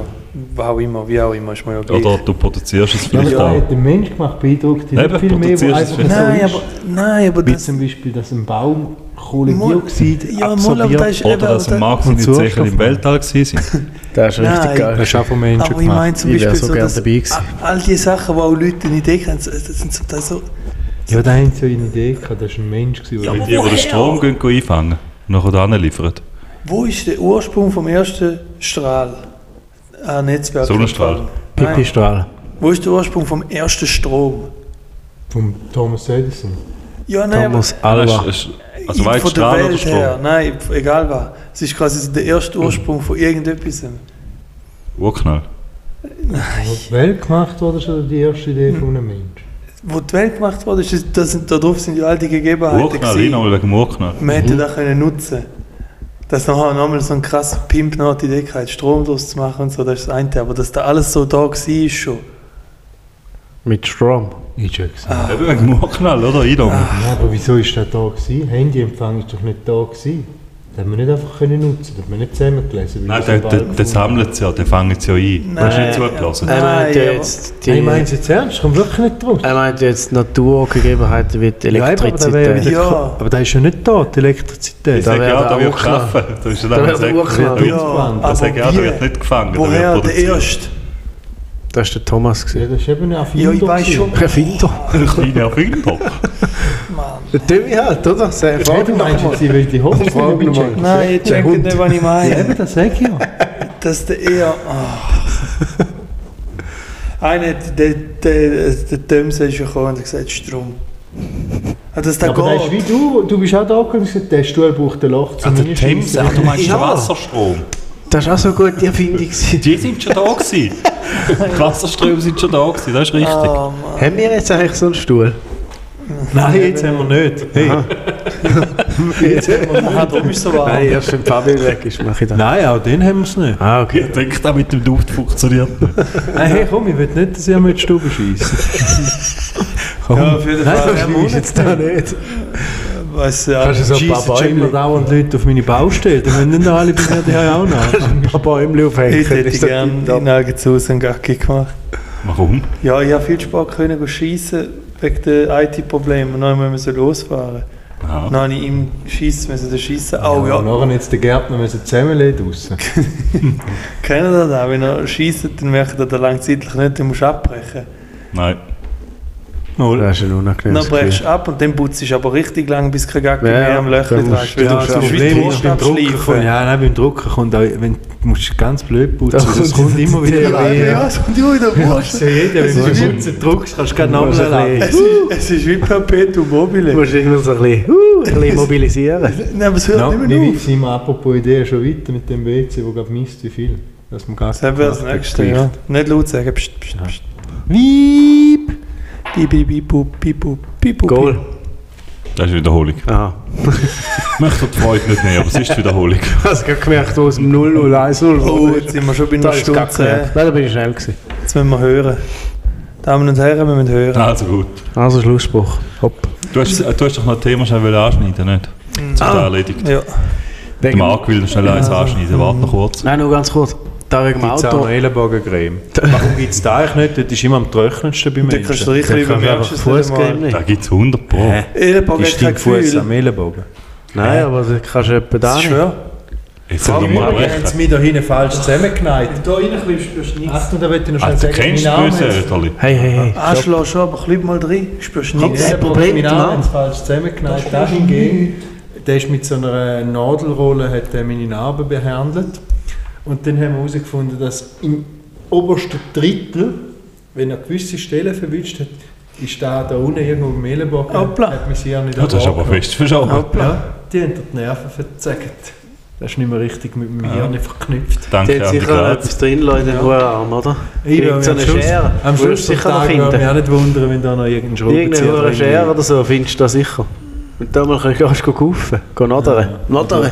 Speaker 7: Wie auch immer, wie auch immer, ist mir ja gleich.
Speaker 3: Oder du produzierst es
Speaker 8: Ja, aber
Speaker 3: vielleicht
Speaker 8: da
Speaker 3: auch.
Speaker 8: hat der Mensch gemacht, beeindruckt ihn
Speaker 3: Eben,
Speaker 8: nicht viel mehr,
Speaker 3: produzierst
Speaker 8: wo
Speaker 3: es
Speaker 8: einfach so
Speaker 3: vielleicht.
Speaker 7: Nein,
Speaker 8: ist.
Speaker 7: aber, nein, aber
Speaker 8: Wie
Speaker 7: das...
Speaker 8: zum Beispiel, dass ein Baum
Speaker 7: Mol-
Speaker 8: Kohlendioxid
Speaker 7: Ja, Mol,
Speaker 8: absorbiert.
Speaker 7: aber das ist eben...
Speaker 3: Oder dass
Speaker 7: aber
Speaker 3: Marx
Speaker 4: Und
Speaker 3: und die
Speaker 4: Sauerstoff
Speaker 3: Zechen im
Speaker 4: machen.
Speaker 3: Weltall gewesen sind.
Speaker 2: Das ist
Speaker 7: Nein.
Speaker 2: richtig
Speaker 4: Das
Speaker 2: geil.
Speaker 4: ist auch
Speaker 7: das-
Speaker 4: von Menschen
Speaker 7: aber ich meine
Speaker 4: gemacht.
Speaker 7: zum
Speaker 2: Ich wär
Speaker 7: Beispiel
Speaker 2: so
Speaker 7: so,
Speaker 2: gern
Speaker 7: dass
Speaker 2: dabei gewesen.
Speaker 7: all die Sachen, die auch Leute in Idee haben, das sind zum Teil so...
Speaker 4: Ja, da haben sie ja eine Idee gehabt, das war ein Mensch. Gewesen,
Speaker 7: Ja,
Speaker 4: der-
Speaker 7: aber
Speaker 3: Die, die
Speaker 7: woher?
Speaker 3: den Strom gehen, gehen einfangen und nachher dann liefern.
Speaker 7: Wo ist der Ursprung vom ersten Strahl? Ah, Netzwerk.
Speaker 3: Sonnenstrahl.
Speaker 7: Nein.
Speaker 2: Pipistrahl.
Speaker 7: Wo ist der Ursprung vom ersten Strom?
Speaker 4: Vom Thomas Edison.
Speaker 7: Ja, nein, aber-
Speaker 2: Thomas Alba.
Speaker 3: Also, also weißt du,
Speaker 7: von der
Speaker 3: Strahl oder
Speaker 7: Welt her.
Speaker 3: Strom?
Speaker 7: Nein, egal was. Es ist quasi der erste Ursprung von irgendetwas.
Speaker 3: Urknall.
Speaker 4: Wo die Welt gemacht wurde, ist ja die erste
Speaker 7: Hm.
Speaker 4: Idee von einem Menschen.
Speaker 7: Wo die Welt gemacht wurde, ist, das- das sind, darauf sind ja all die Gegebenheiten
Speaker 3: Urknall, ich nochmal wegen dem Urknall.
Speaker 7: Man
Speaker 4: Mhm.
Speaker 7: hätte das können nutzen Dass nachher nochmal so ein krasser Pimp noch die Idee hatte, Strom draus zu machen und so, das ist das eine. Aber dass da alles so da war, ist schon.
Speaker 2: Mit Strom.
Speaker 4: Ich habe
Speaker 7: Ah,
Speaker 4: gesagt.
Speaker 3: Eben wegen dem Urknall, oder? Ich nochmal.
Speaker 4: Ja, Ah, aber wieso ist der da gewesen? Handyempfang ist doch nicht da gewesen. Den haben wir nicht einfach können nutzen, den haben wir nicht zusammengelesen.
Speaker 3: Nein, der, der, der sammelt es ja, der fängt es ja ein. Hast du nicht zugelassen?
Speaker 7: Nein,
Speaker 2: Er meint ja
Speaker 7: aber-
Speaker 2: Äh, jetzt die,
Speaker 4: ich meine es jetzt ernst, kommt wirklich nicht
Speaker 7: Äh,
Speaker 4: drauf.
Speaker 2: er meint ja jetzt Naturgegebenheiten wie die
Speaker 4: Ja, eben, aber der wäre
Speaker 2: Elektrizität.
Speaker 4: wieder-
Speaker 7: Ja.
Speaker 4: Aber der ist ja nicht da, die
Speaker 3: Ich
Speaker 4: Elektrizität.
Speaker 2: Da
Speaker 3: sage
Speaker 2: wär
Speaker 3: ja,
Speaker 2: der
Speaker 3: da wird
Speaker 2: Urknall.
Speaker 3: geschaffen. Da ist ja
Speaker 2: Da
Speaker 3: dann
Speaker 2: wär der
Speaker 3: gesagt,
Speaker 2: Urknall.
Speaker 3: da wird-
Speaker 7: Ja,
Speaker 3: da sage ich auch, da
Speaker 7: wie?
Speaker 3: wird nicht gefangen, da
Speaker 7: Woher
Speaker 3: wird
Speaker 7: der
Speaker 3: produziert.
Speaker 7: erste?
Speaker 2: Das war der Thomas.
Speaker 4: Ja,
Speaker 2: gewesen.
Speaker 4: das ist eben ein
Speaker 7: Ja, ich weiß schon.
Speaker 2: Erfinder.
Speaker 3: Ein kleiner Erfinder.
Speaker 2: Der Timmy halt, oder? Sehr
Speaker 4: Ja, du meinst jetzt, ich will die
Speaker 2: Fragen
Speaker 4: Hoffnung
Speaker 2: nochmal.
Speaker 7: Nein, ich checke nicht, was ich meine.
Speaker 4: Eben, das sage ich ja.
Speaker 7: dass der eher. ah. Einer, der, der, der Dömse ist ja gekommen und hat gesagt, Strom. Ah, Dass der
Speaker 4: Aber der ist
Speaker 7: geht.
Speaker 4: wie du, du bist auch da gekommen und hast gesagt, der Stuhl braucht ein Loch zum
Speaker 3: Der Thames, ach, du meinst den Wasserstrom.
Speaker 2: Das war auch so eine gute Erfindung. gewesen.
Speaker 3: Die sind schon da gewesen. Die Wasserströme sind schon da gewesen, das ist richtig.
Speaker 7: Ah, Mann.
Speaker 2: Haben wir jetzt eigentlich so einen Stuhl?
Speaker 4: Nein, jetzt haben wir nicht. Hey. jetzt haben wir
Speaker 7: Ah, darum ist so warm.
Speaker 2: Nein, erst wenn Fabio weg ist, mache ich das.
Speaker 4: Nein, auch den haben wir es nicht.
Speaker 2: Ah, okay.
Speaker 3: Ich denke, das mit dem Duft funktioniert nicht.
Speaker 4: Nein, hey, komm, ich will nicht, dass ihr mir in die Stube scheisst. komm.
Speaker 7: Ja, auf jeden
Speaker 4: Nein,
Speaker 7: Fall.
Speaker 4: so schlimm ist jetzt da nicht.
Speaker 7: Weiss ja,
Speaker 4: Kannst du so ein paar
Speaker 7: Jesus,
Speaker 4: Bäume
Speaker 7: Jimmy.
Speaker 4: dauernd Leute auf meine Baustelle? Dann wollen dann alle bei mir die haben ja auch noch.
Speaker 2: Ein paar Bäume aufhängen.
Speaker 7: Ich hätte gerne in Algenzus einen Gacki gemacht.
Speaker 3: Warum?
Speaker 7: Ja, ich habe viel Spaß können go schiessen wegen den IT-Problemen. Und dann musste ich losfahren.
Speaker 3: Aha.
Speaker 7: Dann habe ich ihm schiessen müssen, den schiessen. Oh
Speaker 4: Und
Speaker 7: ja,
Speaker 4: nachher jetzt den Gärtner müssen zusammenlegen draussen.
Speaker 7: kennen das auch? Wenn er schiesst, dann merkt er das langzeitlich nicht, dann musst du abbrechen.
Speaker 3: Nein.
Speaker 2: Das ist ein
Speaker 7: Dann
Speaker 2: unangenehmes
Speaker 7: brechst
Speaker 2: Gefühl.
Speaker 7: du ab und dann putzt du aber richtig lang, bis kein Gag
Speaker 2: Ja,
Speaker 7: mehr am Löchli
Speaker 2: dann
Speaker 7: dran
Speaker 2: musst
Speaker 7: ist.
Speaker 2: du- ja,
Speaker 7: Das ist wie Toast
Speaker 4: kommt,
Speaker 7: abschleifen.
Speaker 4: ja, nein, beim Drucken kommt auch, wenn, du musst ganz blöd putzen,
Speaker 2: Da
Speaker 4: das,
Speaker 2: kommt
Speaker 4: kommt
Speaker 2: jetzt
Speaker 4: immer
Speaker 2: die
Speaker 4: wieder
Speaker 2: Theorie,
Speaker 4: rein.
Speaker 2: ja.
Speaker 7: Das kommt ja wieder vor.
Speaker 4: Das ist ja jeder, wenn du putzen druckst, kannst du gerne
Speaker 2: Du musst
Speaker 4: nochmal
Speaker 2: ein
Speaker 4: laden.
Speaker 7: Es ist- Es ist wie Perpetuum
Speaker 2: Du
Speaker 7: mobile.
Speaker 2: musst immer so ein bisschen, uh, ein bisschen mobilisieren.
Speaker 7: Nein, aber es hört
Speaker 4: No,
Speaker 7: nicht
Speaker 4: wie
Speaker 7: mehr
Speaker 4: weit
Speaker 7: auf.
Speaker 4: sind wir apropos Idee schon weiter mit dem WC, wo gerade misst, wie viel? Dass man Gas
Speaker 7: Das wäre das
Speaker 4: gemacht hat,
Speaker 7: Nächste,
Speaker 4: Gewicht.
Speaker 7: ja. Nicht laut sagen. Psst, psst, psst.
Speaker 4: Wiep!
Speaker 7: Piep, piep, piep, pup, piep, pup, piep, pup, piep.
Speaker 2: Goal.
Speaker 3: Das ist Wiederholung.
Speaker 2: Aha.
Speaker 3: Ich möchte die Freude nicht nehmen, aber es ist Wiederholung.
Speaker 2: Hast du gerade gemerkt, wo es im 0-0, 1-0
Speaker 7: Oh, jetzt sind wir schon bei einer
Speaker 2: Da ist
Speaker 7: Stunde
Speaker 2: gar
Speaker 7: zehn.
Speaker 2: gemerkt. Nein, da bin ich schnell gewesen.
Speaker 7: Jetzt müssen wir hören. Damen und Herren, wir müssen hören.
Speaker 3: Also gut.
Speaker 2: Also Schlussspruch. Hopp.
Speaker 3: Du hast, du hast doch noch ein Thema schnell wollen anschneiden, nicht? Das ist ah. erledigt.
Speaker 7: Ja.
Speaker 3: Der Marc will noch schnell eins anschneiden, warte noch kurz.
Speaker 2: Nein, nur ganz kurz. Da wegen dem
Speaker 4: Gibt es auch noch
Speaker 2: Auto.
Speaker 4: Ellenbogencreme? Warum gibt es da eigentlich nicht? Das ist immer am trockensten bei
Speaker 7: Da
Speaker 4: Menschen.
Speaker 7: kannst du richtig
Speaker 4: Da kannst du
Speaker 7: übermerken,
Speaker 4: einfach
Speaker 7: es
Speaker 4: Fuß
Speaker 7: nicht einmal.
Speaker 4: geben.
Speaker 3: Da gibt es 100 Pro.
Speaker 4: Hä?
Speaker 7: Ellenbogen
Speaker 4: Die
Speaker 7: hat kein
Speaker 4: stinkt Fuß am
Speaker 7: Gefühl.
Speaker 4: Ellenbogen.
Speaker 2: Nein, aber das kannst du etwa da
Speaker 7: Das ist
Speaker 2: nicht.
Speaker 7: schwer.
Speaker 3: Jetzt soll ich mal brechen.
Speaker 4: mich da hinten falsch zusammengeneigt. Da hinten klippst du nichts. Achtung, da wollte ich
Speaker 3: Ah,
Speaker 4: noch schnell
Speaker 3: du
Speaker 4: sagen,
Speaker 3: kennst
Speaker 4: mein
Speaker 3: die
Speaker 4: Arm
Speaker 3: böse
Speaker 4: hat's-
Speaker 3: Öterli.
Speaker 2: Hey, hey, hey.
Speaker 7: Anschlag Ah, schon, aber klipp mal rein. Spürst du
Speaker 4: Mein
Speaker 7: nichts.
Speaker 4: Ellenbogen-
Speaker 2: Problem,
Speaker 4: mein
Speaker 2: Mann.
Speaker 4: Arm hat's falsch zusammengeneigt. Das hingegen, der ist mit so einer Nadelrolle hat der meine Narbe behandelt. Und dann haben wir herausgefunden, dass im obersten Drittel, wenn er gewisse Stellen verwischt hat, ist da da unten irgendwo im Ellenbogen.
Speaker 7: Hoppla.
Speaker 4: Hat mich sehr nicht
Speaker 3: Ja, das ist aber
Speaker 4: wahrgenommen.
Speaker 3: fest verschoben.
Speaker 4: Ja, die haben dort die Nerven verzeckt. Das ist nicht mehr richtig mit meinem Hirn verknüpft.
Speaker 3: Danke
Speaker 2: Die hat
Speaker 3: an die
Speaker 2: sicher noch
Speaker 3: Glatze.
Speaker 2: etwas drin in den Hurenarm, oder?
Speaker 4: Ich
Speaker 2: Irgend so eine Schere.
Speaker 4: Am
Speaker 2: Würdest
Speaker 4: Schluss
Speaker 2: du sicher noch
Speaker 4: sicher würde mich
Speaker 2: finden.
Speaker 4: auch nicht wundern, wenn da noch irgendein
Speaker 2: Irgendeine
Speaker 4: Schraubenzieher
Speaker 2: Hure Schere
Speaker 4: drin
Speaker 2: oder so findest du da sicher. Und da mal kannst du gehst du kaufen, gehen nadern. Nadern.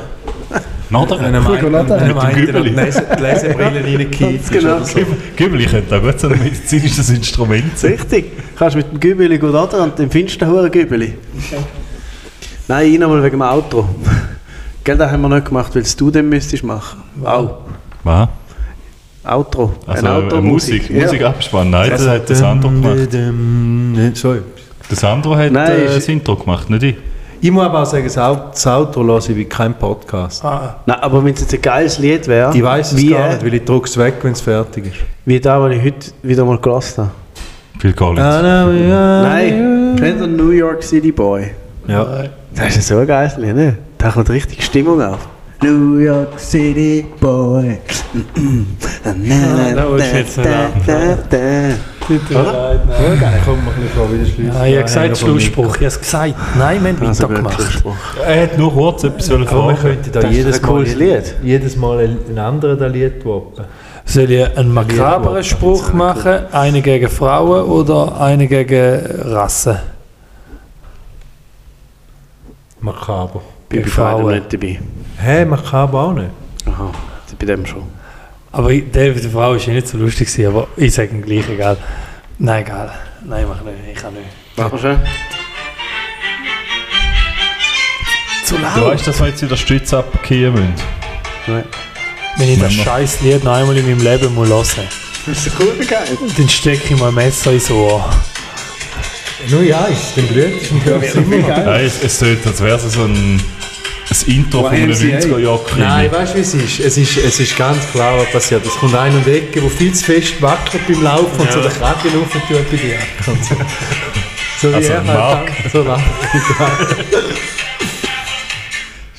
Speaker 3: Nadern.
Speaker 4: einem
Speaker 9: Guck mal,
Speaker 4: einen,
Speaker 9: da.
Speaker 4: einem
Speaker 3: Mit dem
Speaker 4: einen
Speaker 3: Gübeli.
Speaker 4: und Lese, die Lesebrille
Speaker 2: Ganz
Speaker 4: reingekieft ist
Speaker 2: genau.
Speaker 4: oder so.
Speaker 3: Gübeli könnte auch gut so ein medizinisches Instrument sein.
Speaker 2: Richtig. Kannst mit dem Gübeli gut nadern und dann findest du einen Huren Gübeli. Nein, ich nochmal wegen dem Outro. Gell, das haben wir nicht gemacht, weil es du dann müsstest machen. Wow.
Speaker 3: Was?
Speaker 2: Outro.
Speaker 3: Also
Speaker 2: Ein Outro-
Speaker 3: äh, Musik,
Speaker 2: Ja.
Speaker 3: Musikabspann. Nein, das hat der Sandro gemacht.
Speaker 4: gemacht. Sorry.
Speaker 3: Der Sandro hat
Speaker 2: Nein,
Speaker 3: äh,
Speaker 2: ist-
Speaker 3: das Intro gemacht, nicht ich.
Speaker 4: Ich muss aber auch sagen, das Au- das Outro höre ich wie kein Podcast.
Speaker 2: Nein, aber wenn es jetzt ein geiles Lied wäre,
Speaker 4: Ich weiß es
Speaker 2: Ah. wie,
Speaker 4: gar
Speaker 2: äh,
Speaker 4: nicht, weil ich drücke es weg, wenn es fertig ist.
Speaker 2: wie das, was ich heute wieder mal gelassen habe.
Speaker 3: Phil Collins.
Speaker 2: Ah, Nein, kennt ihr New York City Boy?
Speaker 4: Ja.
Speaker 2: Das ist so ein geiles Lied, ne? Da kommt richtig Stimmung auf.
Speaker 5: New York City Boy.
Speaker 2: Ah,
Speaker 5: Na, na,
Speaker 6: da wollte ich jetzt nicht
Speaker 5: da, da.
Speaker 6: Tut mir leid, nein.
Speaker 4: Kommt mir ein bisschen vor wie der Schluss.
Speaker 6: Ah, ich habe gesagt, Schlussspruch. Ich habe es gesagt. Nein, wir haben
Speaker 2: Also
Speaker 6: weiter
Speaker 2: wirklich.
Speaker 6: gemacht.
Speaker 3: Er hat nur kurz etwas wollen
Speaker 4: Aber wir
Speaker 3: fragen.
Speaker 4: könnten da
Speaker 2: Das ist
Speaker 4: jedes
Speaker 2: ein cooles
Speaker 4: Mal,
Speaker 2: Lied.
Speaker 4: jedes Mal einen anderen da Lied droppen.
Speaker 6: Soll ich einen makaberen Spruch machen? Einen gegen Frauen oder einen gegen Rassen?
Speaker 4: Makaber.
Speaker 2: Bin bei
Speaker 6: Gegen
Speaker 2: beidem
Speaker 6: Frauen.
Speaker 2: nicht dabei.
Speaker 4: Hä, Makaber auch nicht?
Speaker 2: Aha, bei dem schon.
Speaker 6: Aber ich- der mit der Frau war ja nicht so lustig, gewesen, aber ich sage ihm gleich, egal. Nein, egal. Nein, mach nicht. Ich kann nicht.
Speaker 2: Machen wir schon.
Speaker 6: Zu
Speaker 3: Du
Speaker 6: laut.
Speaker 3: weißt, dass wir jetzt wieder Stütz abkehren müssen.
Speaker 2: Nein.
Speaker 6: Wenn ich das
Speaker 3: Mama.
Speaker 6: scheiß Lied noch einmal in meinem Leben muss hören
Speaker 2: Ist das cool geil?
Speaker 6: muss, dann stecke ich mir ein Messer ins Ohr.
Speaker 4: Nur ja, ist den blöd.
Speaker 3: Nein, es, es sollte, als wäre es so ein, ein Intro von einem 90er-Jahr-Krimi.
Speaker 4: Nein, weißt du, wie es ist? es ist? Es ist ganz klar, was passiert. Es kommt ein und Ecke, wo viel zu fest wackelt beim Laufen und so der Kragen raufentut bei dir. Und so. so wie
Speaker 3: Also,
Speaker 4: er
Speaker 3: Mark.
Speaker 4: halt dann so lacht.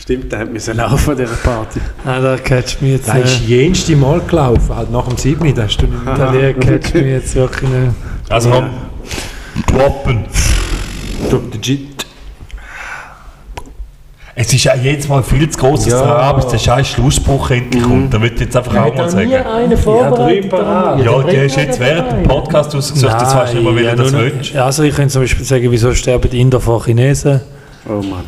Speaker 2: Stimmt, der hat müssen laufen an dieser Party.
Speaker 6: Ah, da catcht mich jetzt
Speaker 4: Da ist
Speaker 3: Äh,
Speaker 6: nicht.
Speaker 4: jenste Mal gelaufen,
Speaker 6: Also
Speaker 4: halt nach dem 7. Da hast du nicht mehr.
Speaker 6: Der Lied catcht mich jetzt wirklich nicht.
Speaker 3: Also komm, droppen.
Speaker 4: Drop the Jit.
Speaker 3: Es ist ja jedes Mal viel zu groß, dass
Speaker 4: Ja.
Speaker 3: der Abend der scheiß Schlussspruch endlich kommt. Da wird jetzt einfach auch mal sagen. Ja,
Speaker 8: Eine vorbereitet. daran.
Speaker 3: die hast du jetzt während dem Podcast ausgesucht, das weißt du nicht mal, wie
Speaker 6: ja,
Speaker 3: du das
Speaker 6: nur-
Speaker 3: willst.
Speaker 6: Also ich könnte zum Beispiel sagen, wieso sterben die Inder vor Chinesen?
Speaker 2: Oh Mann.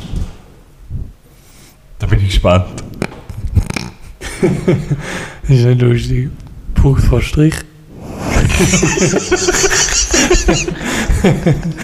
Speaker 3: Da bin ich gespannt.
Speaker 6: Das ist nicht lustig. Punkt vor Strich.